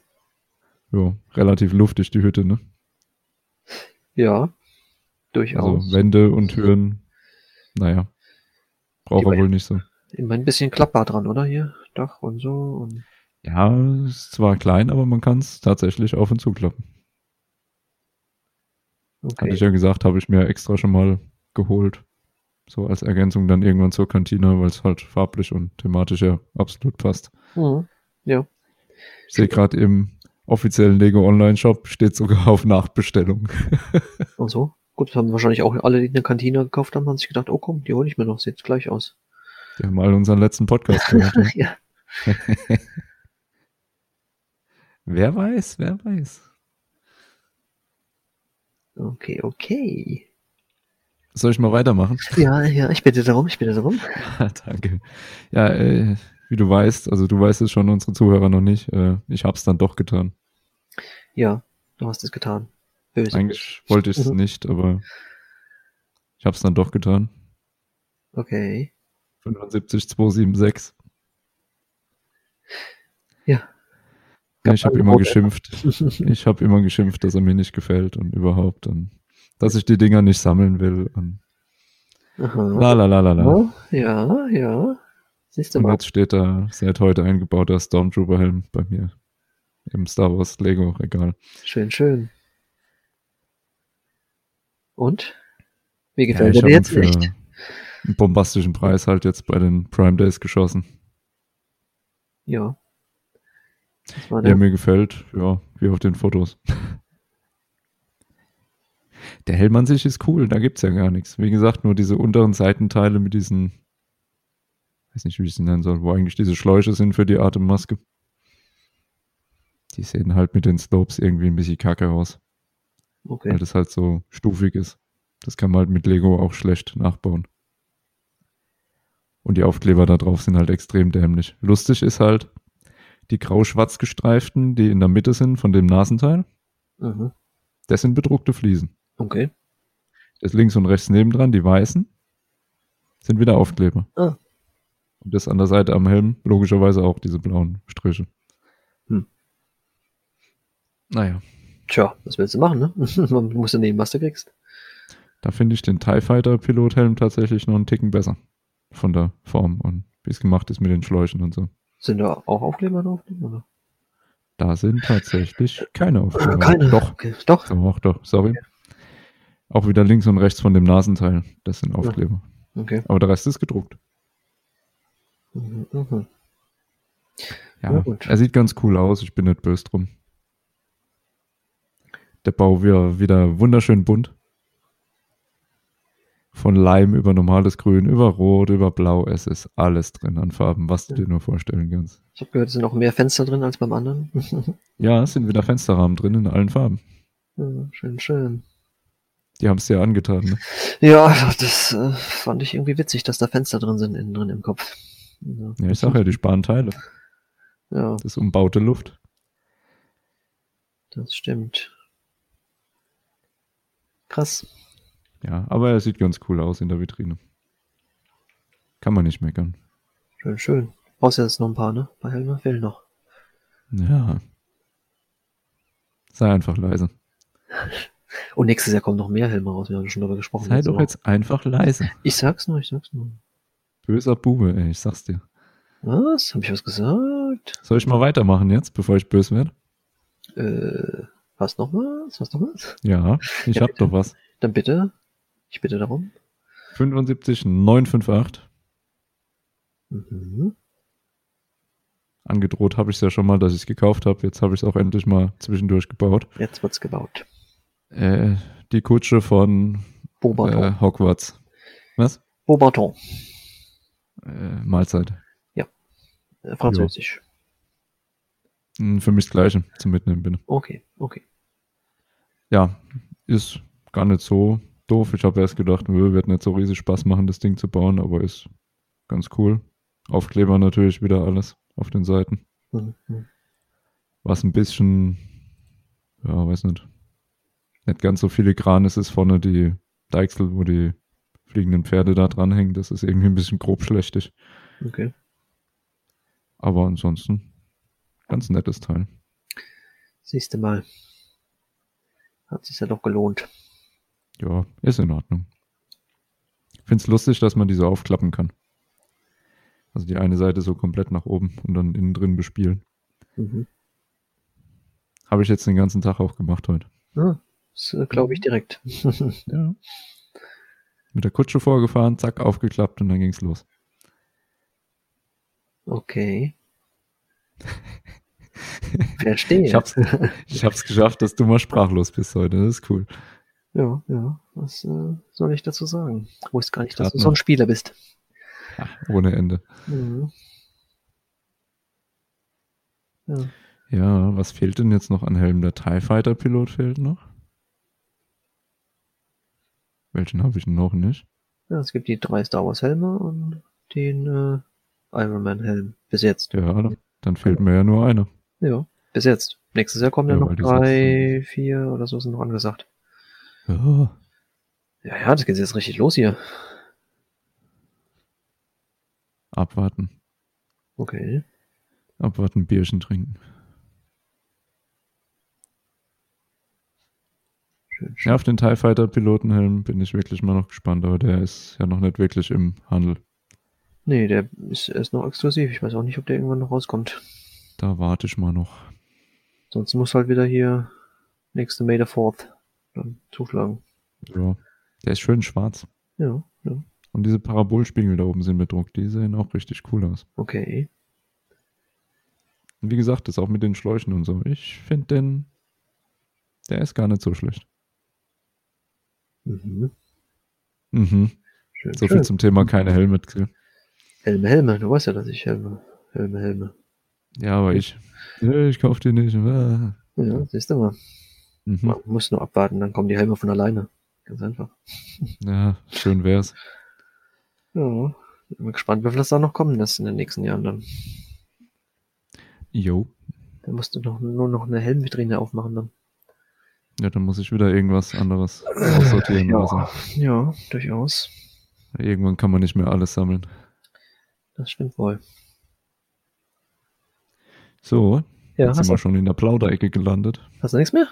Speaker 1: Ja, relativ luftig die Hütte, ne?
Speaker 2: Ja. Durchaus.
Speaker 1: Also Wände und Türen. Naja. Braucht er
Speaker 2: Lieber-
Speaker 1: wohl nicht so.
Speaker 2: Immer ein bisschen klappbar dran, oder? Hier. Dach und so. Und
Speaker 1: Ja, ist zwar klein, aber man kann es tatsächlich auf und zuklappen.
Speaker 2: okay.
Speaker 1: Hatte ich ja gesagt, habe ich mir extra schon mal geholt. So als Ergänzung dann irgendwann zur Kantine, weil es halt farblich und thematisch ja absolut passt.
Speaker 2: mhm. Ja.
Speaker 1: Ich sehe gerade im offiziellen Lego Online Shop steht sogar auf Nachbestellung.
Speaker 2: Und so. Gut, das haben wahrscheinlich auch alle, die in der Kantine gekauft haben, haben sich gedacht, oh komm, die hole ich mir noch, sieht gleich aus.
Speaker 1: Die haben alle unseren letzten Podcast gehört. ja.
Speaker 2: Ja.
Speaker 1: Wer weiß, wer weiß.
Speaker 2: Okay, okay.
Speaker 1: Soll ich mal weitermachen?
Speaker 2: Ja, ja, ich bitte darum, ich bitte darum.
Speaker 1: Ah, Danke. Ja, äh, wie du weißt, also du weißt es schon, unsere Zuhörer noch nicht. Äh, ich hab's dann doch getan.
Speaker 2: Ja, du hast es getan. Böse.
Speaker 1: Eigentlich wollte ich es
Speaker 2: Mhm.
Speaker 1: nicht, aber ich hab's dann doch getan.
Speaker 2: Okay.
Speaker 1: 75 276.
Speaker 2: Ja.
Speaker 1: Ja, ich habe immer
Speaker 2: Angebote.
Speaker 1: geschimpft. Ich habe immer geschimpft, dass er mir nicht gefällt und überhaupt und dass ich die Dinger nicht sammeln will und
Speaker 2: Aha.
Speaker 1: la la la la la.
Speaker 2: Oh, ja, ja. Siehst du
Speaker 1: Und
Speaker 2: mal.
Speaker 1: jetzt steht da seit heute eingebauter Stormtrooper-Helm bei mir im Star Wars Lego Regal.
Speaker 2: Schön, schön. Und? Mir
Speaker 1: Ja,
Speaker 2: gefällt
Speaker 1: ich
Speaker 2: er
Speaker 1: habe
Speaker 2: dir
Speaker 1: ihn
Speaker 2: jetzt
Speaker 1: für
Speaker 2: nicht.
Speaker 1: einen bombastischen Preis halt jetzt bei den Prime Days geschossen.
Speaker 2: Ja. Das war
Speaker 1: Der
Speaker 2: der,
Speaker 1: mir gefällt, ja, wie auf den Fotos. Der Helm an sich ist cool, da gibt's ja gar nichts. Wie gesagt, nur diese unteren Seitenteile mit diesen, weiß nicht, wie ich sie nennen soll, wo eigentlich diese Schläuche sind für die Atemmaske. Die sehen halt mit den Slopes irgendwie ein bisschen kacke aus, weil
Speaker 2: okay.
Speaker 1: das halt so stufig ist. Das kann man halt mit Lego auch schlecht nachbauen. Und die Aufkleber da drauf sind halt extrem dämlich. Lustig ist halt die grau-schwarz gestreiften, die in der Mitte sind von dem Nasenteil.
Speaker 2: Mhm.
Speaker 1: Das sind bedruckte Fliesen.
Speaker 2: Okay.
Speaker 1: Das links und rechts nebendran, die weißen, sind wieder Aufkleber.
Speaker 2: Ah.
Speaker 1: Und das an der Seite am Helm, logischerweise auch diese blauen Striche.
Speaker 2: Hm.
Speaker 1: Naja,
Speaker 2: Tja, was willst du machen, ne? Man muss ja nehmen, was du kriegst.
Speaker 1: da finde ich den TIE Fighter Pilothelm tatsächlich noch einen Ticken besser. Von der Form und wie es gemacht ist mit den Schläuchen und so.
Speaker 2: Sind da auch Aufkleber drauf? Oder?
Speaker 1: Da sind tatsächlich keine Aufkleber.
Speaker 2: Keine.
Speaker 1: Doch,
Speaker 2: Okay. Doch.
Speaker 1: doch, doch, sorry. Auch wieder links und rechts von dem Nasenteil. Das sind Aufkleber.
Speaker 2: Okay.
Speaker 1: Aber der Rest ist gedruckt.
Speaker 2: Mhm, mhm.
Speaker 1: Ja,
Speaker 2: Na gut.
Speaker 1: er sieht ganz cool aus. Ich bin nicht böse drum. Der Bau wieder, wieder wunderschön bunt. Von Leim über normales Grün, über Rot, über Blau. Es ist alles drin an Farben, was du dir nur vorstellen kannst.
Speaker 2: Ich habe gehört, es sind auch mehr Fenster drin als beim anderen.
Speaker 1: Ja, es sind wieder Fensterrahmen drin in allen Farben.
Speaker 2: Ja, schön, schön.
Speaker 1: Die haben es dir angetan. Ne?
Speaker 2: Ja, das äh, fand ich irgendwie witzig, dass da Fenster drin sind, innen drin im Kopf. Ja.
Speaker 1: Ja, ich sag ja, die sparen Teile.
Speaker 2: ja,
Speaker 1: Das ist umbaute Luft.
Speaker 2: das stimmt. Krass.
Speaker 1: Ja, aber er sieht ganz cool aus in der Vitrine. Kann man nicht meckern.
Speaker 2: Schön, schön. Außer jetzt noch ein paar, ne? Bei Helmer fehlen noch.
Speaker 1: Ja. Sei einfach leise.
Speaker 2: Und Oh, nächstes Jahr kommen noch mehr Helme raus, wir haben schon darüber gesprochen.
Speaker 1: Sei
Speaker 2: letzte
Speaker 1: doch
Speaker 2: Woche.
Speaker 1: jetzt einfach leise.
Speaker 2: Ich sag's nur, ich sag's nur.
Speaker 1: Böser Bube, ey, ich sag's dir.
Speaker 2: Was? Hab ich was gesagt?
Speaker 1: Soll ich mal weitermachen jetzt, bevor ich böse werde?
Speaker 2: Äh, hast noch was? Hast noch was?
Speaker 1: Ja, ich
Speaker 2: Ja,
Speaker 1: hab doch was.
Speaker 2: Dann bitte. Ich bitte darum.
Speaker 1: 75 958.
Speaker 2: Mhm.
Speaker 1: Angedroht habe ich es ja schon mal, dass ich es gekauft habe. Jetzt habe ich es auch endlich mal zwischendurch gebaut.
Speaker 2: Jetzt wird's gebaut.
Speaker 1: Äh, die Kutsche von äh,
Speaker 2: Beaubaton.
Speaker 1: Hogwarts. Was?
Speaker 2: Beaubaton.
Speaker 1: Äh, Mahlzeit.
Speaker 2: Äh, Französisch.
Speaker 1: Hm, Für mich das Gleiche zum Mitnehmen bin.
Speaker 2: Okay, okay.
Speaker 1: Ja, ist gar nicht so doof. Ich habe erst gedacht, nö, wird nicht so riesig Spaß machen, das Ding zu bauen, aber ist ganz cool. Aufkleber natürlich wieder alles auf den Seiten.
Speaker 2: Mhm.
Speaker 1: Was ein bisschen, ja, weiß nicht, nicht ganz so filigran ist, ist vorne die Deichsel, wo die fliegenden Pferde da dranhängen. Das ist irgendwie ein bisschen grob schlechtig.
Speaker 2: Okay.
Speaker 1: Aber ansonsten, ganz nettes Teil.
Speaker 2: Siehste mal. Hat sich ja doch gelohnt.
Speaker 1: Ja, ist in Ordnung. Find's lustig, dass man die so aufklappen kann. Also die eine Seite so komplett nach oben und dann innen drin bespielen.
Speaker 2: Mhm.
Speaker 1: Habe ich jetzt den ganzen Tag auch gemacht heute.
Speaker 2: Ah, das äh,
Speaker 1: Mhm.
Speaker 2: glaube ich direkt.
Speaker 1: Ja. Mit der Kutsche vorgefahren, zack, aufgeklappt und dann ging's los.
Speaker 2: okay. Verstehe.
Speaker 1: Ich hab's, ich hab's geschafft, dass du mal sprachlos bist heute. Das ist cool.
Speaker 2: Ja, ja. Was äh, soll ich dazu sagen? Ich wusste gar nicht, dass
Speaker 1: Grad
Speaker 2: du so ein
Speaker 1: noch.
Speaker 2: Spieler bist.
Speaker 1: Ja, ohne Ende.
Speaker 2: Mhm. Ja.
Speaker 1: Ja, was fehlt denn jetzt noch an Helm? Der TIE Fighter Pilot fehlt noch. Welchen habe ich noch nicht?
Speaker 2: ja, es gibt die drei Star Wars Helme und den äh, Iron Man Helm. Bis jetzt.
Speaker 1: Ja, dann fehlt mir ja nur einer.
Speaker 2: Ja, bis jetzt. Nächstes Jahr kommen dann
Speaker 1: Ja,
Speaker 2: noch
Speaker 1: weil die
Speaker 2: drei, vier oder so sind noch angesagt.
Speaker 1: Ja.
Speaker 2: Ja, ja, das geht jetzt richtig los hier.
Speaker 1: Abwarten.
Speaker 2: Okay.
Speaker 1: Abwarten, Bierchen trinken.
Speaker 2: Schön, schön.
Speaker 1: Ja, auf den TIE Fighter Pilotenhelm bin ich wirklich mal noch gespannt, aber der ist ja noch nicht wirklich im Handel.
Speaker 2: Nee, der ist, er ist noch exklusiv. Ich weiß auch nicht, ob der irgendwann noch rauskommt.
Speaker 1: Da warte ich mal noch.
Speaker 2: Sonst muss halt wieder hier nächste May the 4th dann zuschlagen.
Speaker 1: Ja. Der ist schön schwarz.
Speaker 2: Ja, ja.
Speaker 1: Und diese Parabolspiegel da oben sind bedruckt. Die sehen auch richtig cool aus.
Speaker 2: Okay.
Speaker 1: Und wie gesagt, das auch mit den Schläuchen und so. Ich finde den, der ist gar nicht so schlecht.
Speaker 2: Mhm.
Speaker 1: Mhm.
Speaker 2: Schön,
Speaker 1: So
Speaker 2: schön.
Speaker 1: viel zum Thema keine Helme. Till.
Speaker 2: Helme, Helme. Du weißt ja, dass ich Helme, Helme, Helme.
Speaker 1: Ja, aber ich. Äh, Ich kauf die nicht. Äh.
Speaker 2: Ja, siehst du mal.
Speaker 1: Mhm.
Speaker 2: Man muss nur abwarten, dann kommen die Helme von alleine. Ganz einfach.
Speaker 1: Ja, schön wär's.
Speaker 2: Ja. Bin mal gespannt, wie viel das da noch kommen lässt in den nächsten Jahren dann.
Speaker 1: Jo.
Speaker 2: Da musst du noch, nur noch eine Helmvitrine aufmachen dann.
Speaker 1: Ja, dann muss ich wieder irgendwas anderes aussortieren. oder so.
Speaker 2: ja, durchaus.
Speaker 1: Irgendwann kann man nicht mehr alles sammeln.
Speaker 2: Das stimmt wohl.
Speaker 1: So,
Speaker 2: Ja,
Speaker 1: jetzt
Speaker 2: hast
Speaker 1: sind
Speaker 2: du,
Speaker 1: wir schon in der Plauderecke gelandet.
Speaker 2: hast du nichts mehr?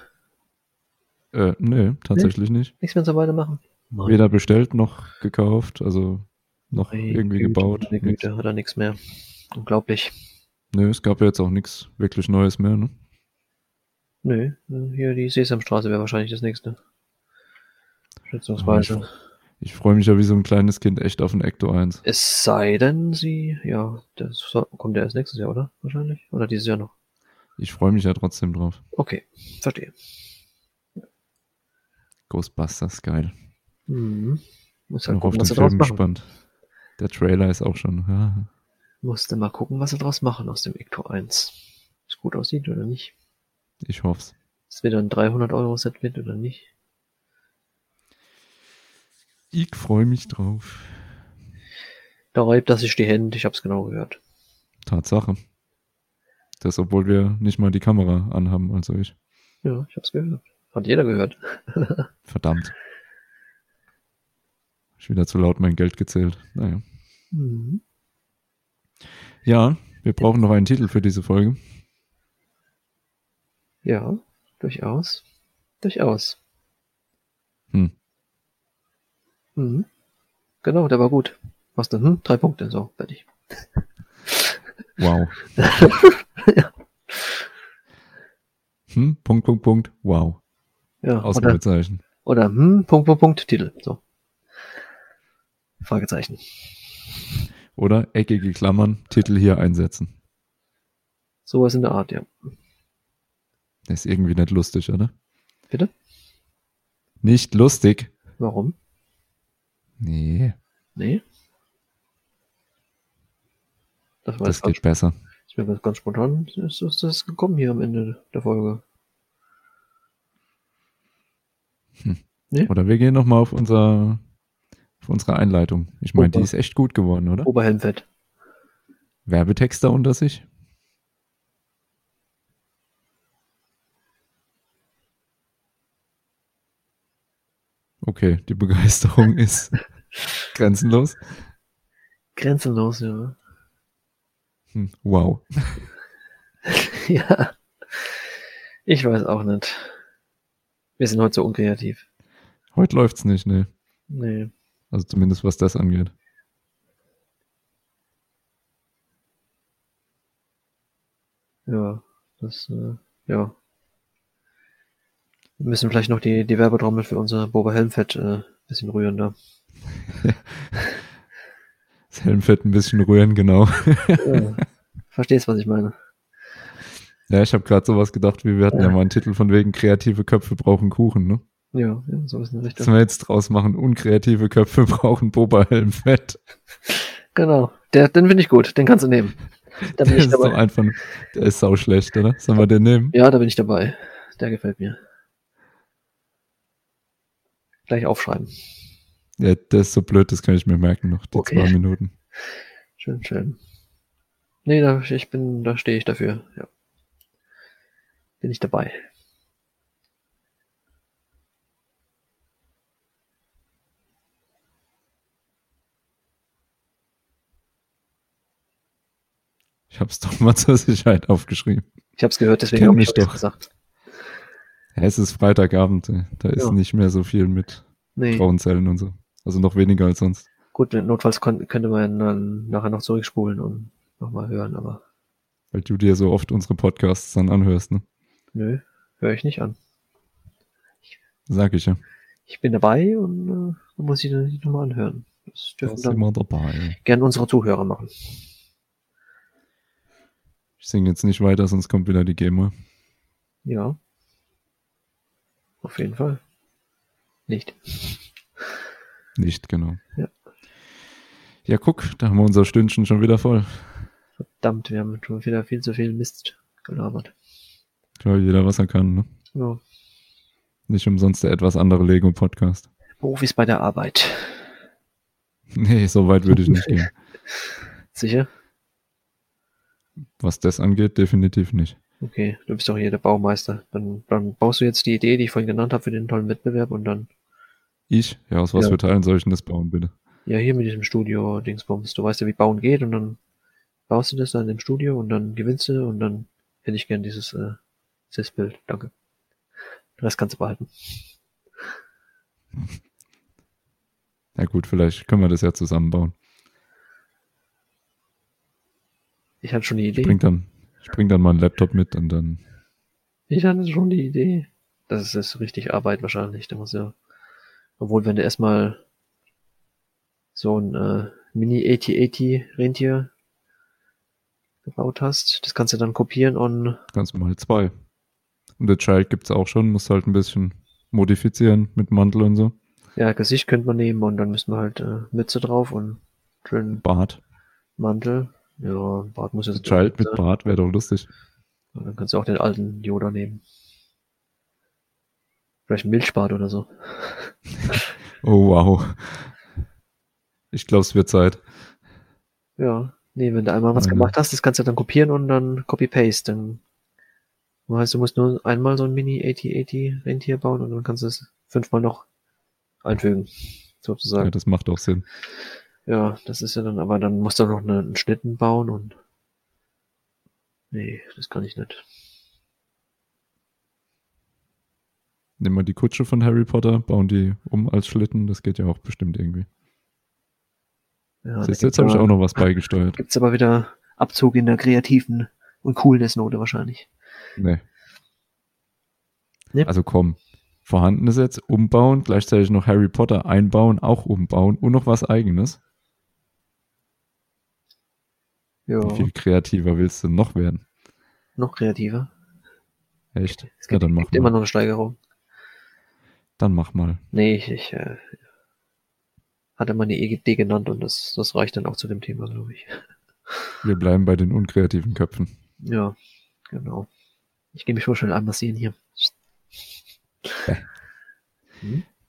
Speaker 1: Äh, nö, tatsächlich nicht.
Speaker 2: Nichts mehr zu weitermachen? Mann,
Speaker 1: Weder bestellt noch gekauft, also noch
Speaker 2: meine
Speaker 1: irgendwie
Speaker 2: Güte,
Speaker 1: gebaut.
Speaker 2: Meine
Speaker 1: Nix.
Speaker 2: Güte, hat er nichts mehr. Unglaublich.
Speaker 1: Nö, es gab ja jetzt auch nichts wirklich Neues mehr, ne?
Speaker 2: Nö, hier die Sesamstraße wäre wahrscheinlich das nächste. schätzungsweise.
Speaker 1: Aber Ich freue mich ja wie so ein kleines Kind echt auf ein Ecto 1.
Speaker 2: Es sei denn, sie, ja, das so- kommt ja erst nächstes Jahr, oder? Wahrscheinlich. Oder dieses Jahr noch.
Speaker 1: Ich freue mich ja trotzdem drauf.
Speaker 2: Okay, verstehe.
Speaker 1: Ghostbusters, geil.
Speaker 2: Mhm. Muss
Speaker 1: Bin
Speaker 2: halt
Speaker 1: auch auf
Speaker 2: gucken,
Speaker 1: den
Speaker 2: was sie draus
Speaker 1: Film
Speaker 2: machen.
Speaker 1: gespannt. Der Trailer ist auch schon. Ja.
Speaker 2: Musste mal gucken, was sie draus machen aus dem Icto 1. Ob's gut aussieht oder nicht.
Speaker 1: Ich hoff's.
Speaker 2: Ist wieder ein 300-Euro-Set wird oder nicht.
Speaker 1: Ich freue mich drauf.
Speaker 2: Da reibt das sich die Hände, ich hab's genau gehört.
Speaker 1: Tatsache. Das, obwohl wir nicht mal die Kamera anhaben, also ich.
Speaker 2: Ja, ich hab's gehört. Hat jeder gehört.
Speaker 1: Verdammt. Ich wieder zu laut mein Geld gezählt. Naja.
Speaker 2: Mhm.
Speaker 1: Ja, wir brauchen noch einen Titel für diese Folge.
Speaker 2: Ja, durchaus. Durchaus.
Speaker 1: Hm.
Speaker 2: Mhm. Genau, der war gut. Was denn? Hm? Drei Punkte, so, fertig.
Speaker 1: Wow. Hm, Punkt, Punkt, Punkt. Wow.
Speaker 2: Ja, oder,
Speaker 1: Ausrufezeichen.
Speaker 2: oder hm, Punkt, Punkt, Punkt, Titel, so. Fragezeichen.
Speaker 1: Oder eckige Klammern, Titel hier einsetzen.
Speaker 2: Sowas in der Art, ja.
Speaker 1: Das ist irgendwie nicht lustig, oder?
Speaker 2: Bitte?
Speaker 1: Nicht lustig.
Speaker 2: Warum?
Speaker 1: Nee,
Speaker 2: Nee. Das war
Speaker 1: das
Speaker 2: jetzt ganz,
Speaker 1: geht besser.
Speaker 2: ist mir ganz spontan ist, ist das gekommen hier am Ende der Folge.
Speaker 1: Oder wir gehen nochmal auf unser, auf unsere Einleitung. Ich meine, die
Speaker 2: Opa.
Speaker 1: ist echt gut geworden, oder?
Speaker 2: Oberhelmfett.
Speaker 1: Werbetexter unter sich? Okay, die Begeisterung ist grenzenlos.
Speaker 2: Grenzenlos, ja.
Speaker 1: Hm, wow.
Speaker 2: ja. Ich weiß auch nicht. Wir sind heute so unkreativ.
Speaker 1: Heute läuft's nicht, ne?
Speaker 2: Nee.
Speaker 1: Also zumindest was das angeht.
Speaker 2: Ja, das, äh, ja. Wir müssen vielleicht noch die, die Werbetrommel für unser Boba Helmfett äh, bisschen rühren da.
Speaker 1: Das Helmfett ein bisschen rühren, genau.
Speaker 2: Ja. Oh, Verstehst, was ich meine?
Speaker 1: Ja, ich habe gerade sowas gedacht, wie wir hatten ja mal einen Titel von wegen kreative Köpfe brauchen Kuchen, ne?
Speaker 2: Ja, ja so ist eine
Speaker 1: Das
Speaker 2: Richtung.
Speaker 1: wir jetzt draus machen, unkreative Köpfe brauchen Boba-Helmfett.
Speaker 2: Genau. Der, den finde ich gut. Den kannst du nehmen. Da bin
Speaker 1: Der
Speaker 2: ich
Speaker 1: ist doch
Speaker 2: dabei.
Speaker 1: einfach, der ist sau schlecht, oder? Sollen wir den nehmen?
Speaker 2: Ja, da bin ich dabei. Der gefällt mir. Gleich aufschreiben.
Speaker 1: Ja, das ist so blöd, das kann ich mir merken noch, die
Speaker 2: Okay.
Speaker 1: zwei Minuten.
Speaker 2: Schön, schön. Nee, da, ich bin, da stehe ich dafür. Ja. Bin ich dabei.
Speaker 1: Ich hab's doch mal zur Sicherheit aufgeschrieben.
Speaker 2: Ich habe es gehört, deswegen
Speaker 1: Kenn
Speaker 2: habe ich
Speaker 1: mich
Speaker 2: auch nichts
Speaker 1: doch.
Speaker 2: gesagt.
Speaker 1: Ja, es ist Freitagabend, ey. da ist
Speaker 2: Ja.
Speaker 1: nicht mehr so viel mit
Speaker 2: Nee,
Speaker 1: Frauenzellen und so. Also noch weniger als sonst.
Speaker 2: gut, notfalls kon- könnte man dann nachher noch zurückspulen und nochmal hören, aber
Speaker 1: Weil du dir so oft unsere Podcasts dann anhörst, ne?
Speaker 2: nö, höre ich nicht an.
Speaker 1: Sag ich ja.
Speaker 2: Ich bin dabei und äh, dann muss ich dann nicht nochmal anhören. Das
Speaker 1: Da
Speaker 2: dürfen
Speaker 1: sind
Speaker 2: dann
Speaker 1: wir dabei.
Speaker 2: gern unsere Zuhörer machen.
Speaker 1: Ich singe jetzt nicht weiter, sonst kommt wieder die GEMA.
Speaker 2: Ja. Auf jeden Fall. Nicht.
Speaker 1: Nicht, genau.
Speaker 2: Ja.
Speaker 1: Ja, guck, da haben wir unser Stündchen schon wieder voll.
Speaker 2: Verdammt, wir haben schon wieder viel zu viel Mist gelabert.
Speaker 1: Klar, jeder, was er kann, ne?
Speaker 2: Ja.
Speaker 1: Nicht umsonst der etwas andere Lego-Podcast.
Speaker 2: Beruf ist bei der Arbeit.
Speaker 1: Nee, so weit würde ich nicht gehen.
Speaker 2: Sicher?
Speaker 1: Was das angeht, definitiv nicht.
Speaker 2: Okay, du bist doch hier der Baumeister. Dann, dann baust du jetzt die Idee, die ich vorhin genannt habe, für den tollen Wettbewerb und dann,
Speaker 1: Ich? Ja, aus was
Speaker 2: Ja.
Speaker 1: für Teilen soll ich denn das bauen, bitte?
Speaker 2: ja, hier mit diesem Studio-Dingsbums. Du weißt ja, wie Bauen geht und dann baust du das dann im Studio und dann gewinnst du und dann hätte ich gern dieses äh, Sys-Bild. Danke. Den Rest kannst du behalten.
Speaker 1: Na gut, vielleicht können wir das ja zusammenbauen.
Speaker 2: Ich hatte schon die
Speaker 1: Ich
Speaker 2: Idee.
Speaker 1: bring dann, ich bring dann mal einen Laptop mit und dann.
Speaker 2: Ich hatte schon die Idee. Das ist richtig Arbeit wahrscheinlich. Da muss ja Obwohl, wenn du erstmal so ein äh, Mini-AT-AT-Rentier gebaut hast, das kannst du dann kopieren und
Speaker 1: Ganz normal zwei. Und The Child gibt's auch schon, musst halt ein bisschen modifizieren mit Mantel und so.
Speaker 2: ja, Gesicht könnte man nehmen und dann müssen wir halt äh, Mütze drauf und schönen
Speaker 1: Bart.
Speaker 2: Mantel. Ja, Bart muss jetzt
Speaker 1: The
Speaker 2: nicht unbedingt
Speaker 1: Child mit
Speaker 2: sein.
Speaker 1: Bart wäre doch lustig.
Speaker 2: Und dann kannst du auch den alten Yoda nehmen. Vielleicht einen Milchbart oder so.
Speaker 1: Oh wow. Ich glaube, es wird Zeit.
Speaker 2: Ja, nee, wenn du einmal was
Speaker 1: Meine-
Speaker 2: gemacht hast, das kannst du dann kopieren und dann copy-paste. Dann das heißt, du musst nur einmal so ein Mini-AT-AT-Rentier bauen und dann kannst du es fünfmal noch einfügen,
Speaker 1: Ja,
Speaker 2: sozusagen.
Speaker 1: das macht auch Sinn.
Speaker 2: Ja, das ist ja dann, aber dann musst du noch eine, einen Schnitten bauen und nee, das kann ich nicht.
Speaker 1: Nehmen wir die Kutsche von Harry Potter, bauen die um als Schlitten, das geht ja auch bestimmt irgendwie.
Speaker 2: Ja,
Speaker 1: Ja,
Speaker 2: da
Speaker 1: Siehst, du, jetzt
Speaker 2: gibt's
Speaker 1: habe ich
Speaker 2: aber-
Speaker 1: auch noch was beigesteuert.
Speaker 2: gibt's aber wieder Abzug in der kreativen und Coolness-Note wahrscheinlich.
Speaker 1: Nee.
Speaker 2: Nee.
Speaker 1: Also komm, vorhandenes jetzt umbauen, gleichzeitig noch Harry Potter einbauen, auch umbauen und noch was eigenes.
Speaker 2: Ja,
Speaker 1: Wie viel kreativer willst du noch werden?
Speaker 2: noch kreativer.
Speaker 1: Echt?
Speaker 2: Es
Speaker 1: Ja,
Speaker 2: gibt,
Speaker 1: dann mach
Speaker 2: gibt immer
Speaker 1: mal.
Speaker 2: noch eine Steigerung.
Speaker 1: Dann mach mal.
Speaker 2: Nee, ich, ich äh, hatte mal eine EGD genannt und das, das reicht dann auch zu dem Thema, glaube ich.
Speaker 1: Wir bleiben bei den unkreativen Köpfen.
Speaker 2: Ja, genau. Ich gehe mich wohl schnell einmassieren hier.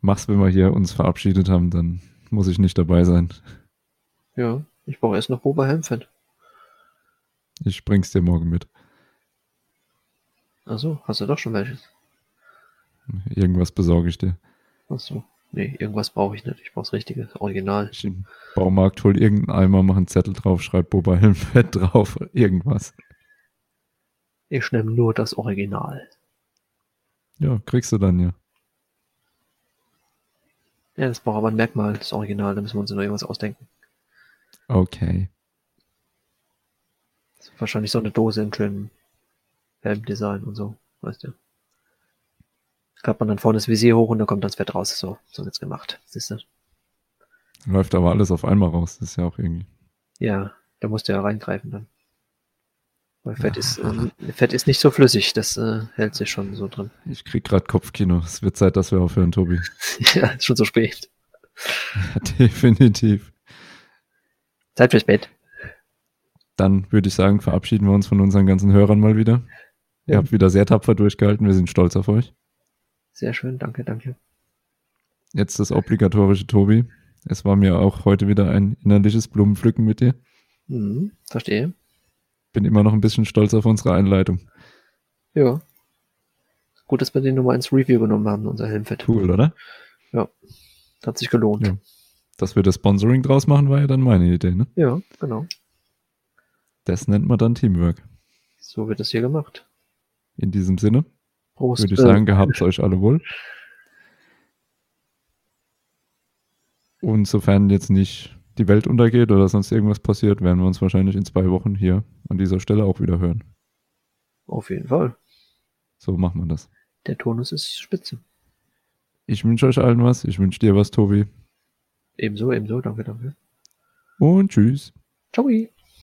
Speaker 1: Mach's, wenn wir hier uns verabschiedet haben, dann muss ich nicht dabei sein.
Speaker 2: Ja, ich brauche erst noch Boba Helmfett.
Speaker 1: Ich bring's dir morgen mit.
Speaker 2: Ach so, hast du doch schon welches?
Speaker 1: Irgendwas besorge ich dir.
Speaker 2: Ach so. Nee, irgendwas brauche ich nicht. Ich brauche das richtige Original.
Speaker 1: Ich im Baumarkt hol irgendeinen Eimer, mach einen Zettel drauf, schreib Boba Helmfett drauf, irgendwas.
Speaker 2: Ich nehme nur das Original.
Speaker 1: Ja, kriegst du dann ja.
Speaker 2: Ja, das braucht aber ein Merkmal, das Original. Da müssen wir uns noch irgendwas ausdenken.
Speaker 1: Okay.
Speaker 2: Das ist wahrscheinlich so eine Dose in schönem Helmdesign und so, weißt du. Klappt man dann vorne das Visier hoch und dann kommt dann das Fett raus. So, so wird's gemacht. Siehst du?
Speaker 1: Läuft aber alles auf einmal raus, das ist ja auch irgendwie.
Speaker 2: Ja, da musst du ja reingreifen dann. Weil Fett ist,
Speaker 1: also
Speaker 2: ähm, Fett ist nicht so flüssig, das äh, hält sich schon so drin.
Speaker 1: Ich krieg grad Kopfkino. Es wird Zeit, dass wir aufhören, Tobi.
Speaker 2: ja, ist schon so spät.
Speaker 1: Definitiv.
Speaker 2: Zeit fürs Bett.
Speaker 1: Dann würde ich sagen, verabschieden wir uns von unseren ganzen Hörern mal wieder. Ihr
Speaker 2: Ja.
Speaker 1: habt wieder sehr tapfer durchgehalten. Wir sind stolz auf euch.
Speaker 2: Sehr schön, danke, danke.
Speaker 1: Jetzt das obligatorische Tobi. Es war mir auch heute wieder ein innerliches Blumenpflücken mit dir.
Speaker 2: Mhm, verstehe.
Speaker 1: Bin immer noch ein bisschen stolz auf unsere Einleitung.
Speaker 2: Ja. Gut, dass wir den Nummer 1 Review genommen haben, unser Helmfett.
Speaker 1: Cool, oder?
Speaker 2: Hat sich gelohnt.
Speaker 1: Ja. Dass wir das Sponsoring draus machen, war ja dann meine Idee. Ne?
Speaker 2: ja genau.
Speaker 1: Das nennt man dann Teamwork.
Speaker 2: So wird das hier gemacht.
Speaker 1: In diesem Sinne
Speaker 2: Prost.
Speaker 1: würde ich
Speaker 2: äh,
Speaker 1: sagen, gehabt's euch alle wohl. Und sofern jetzt nicht die Welt untergeht oder sonst irgendwas passiert, werden wir uns wahrscheinlich in zwei Wochen hier an dieser Stelle auch wieder hören.
Speaker 2: äh, Auf jeden Fall.
Speaker 1: So macht man das.
Speaker 2: Der Tonus ist spitze.
Speaker 1: Ich wünsche euch allen was. Ich wünsche dir was, Tobi.
Speaker 2: Ebenso, ebenso. Danke, danke.
Speaker 1: Und tschüss.
Speaker 2: Ciao.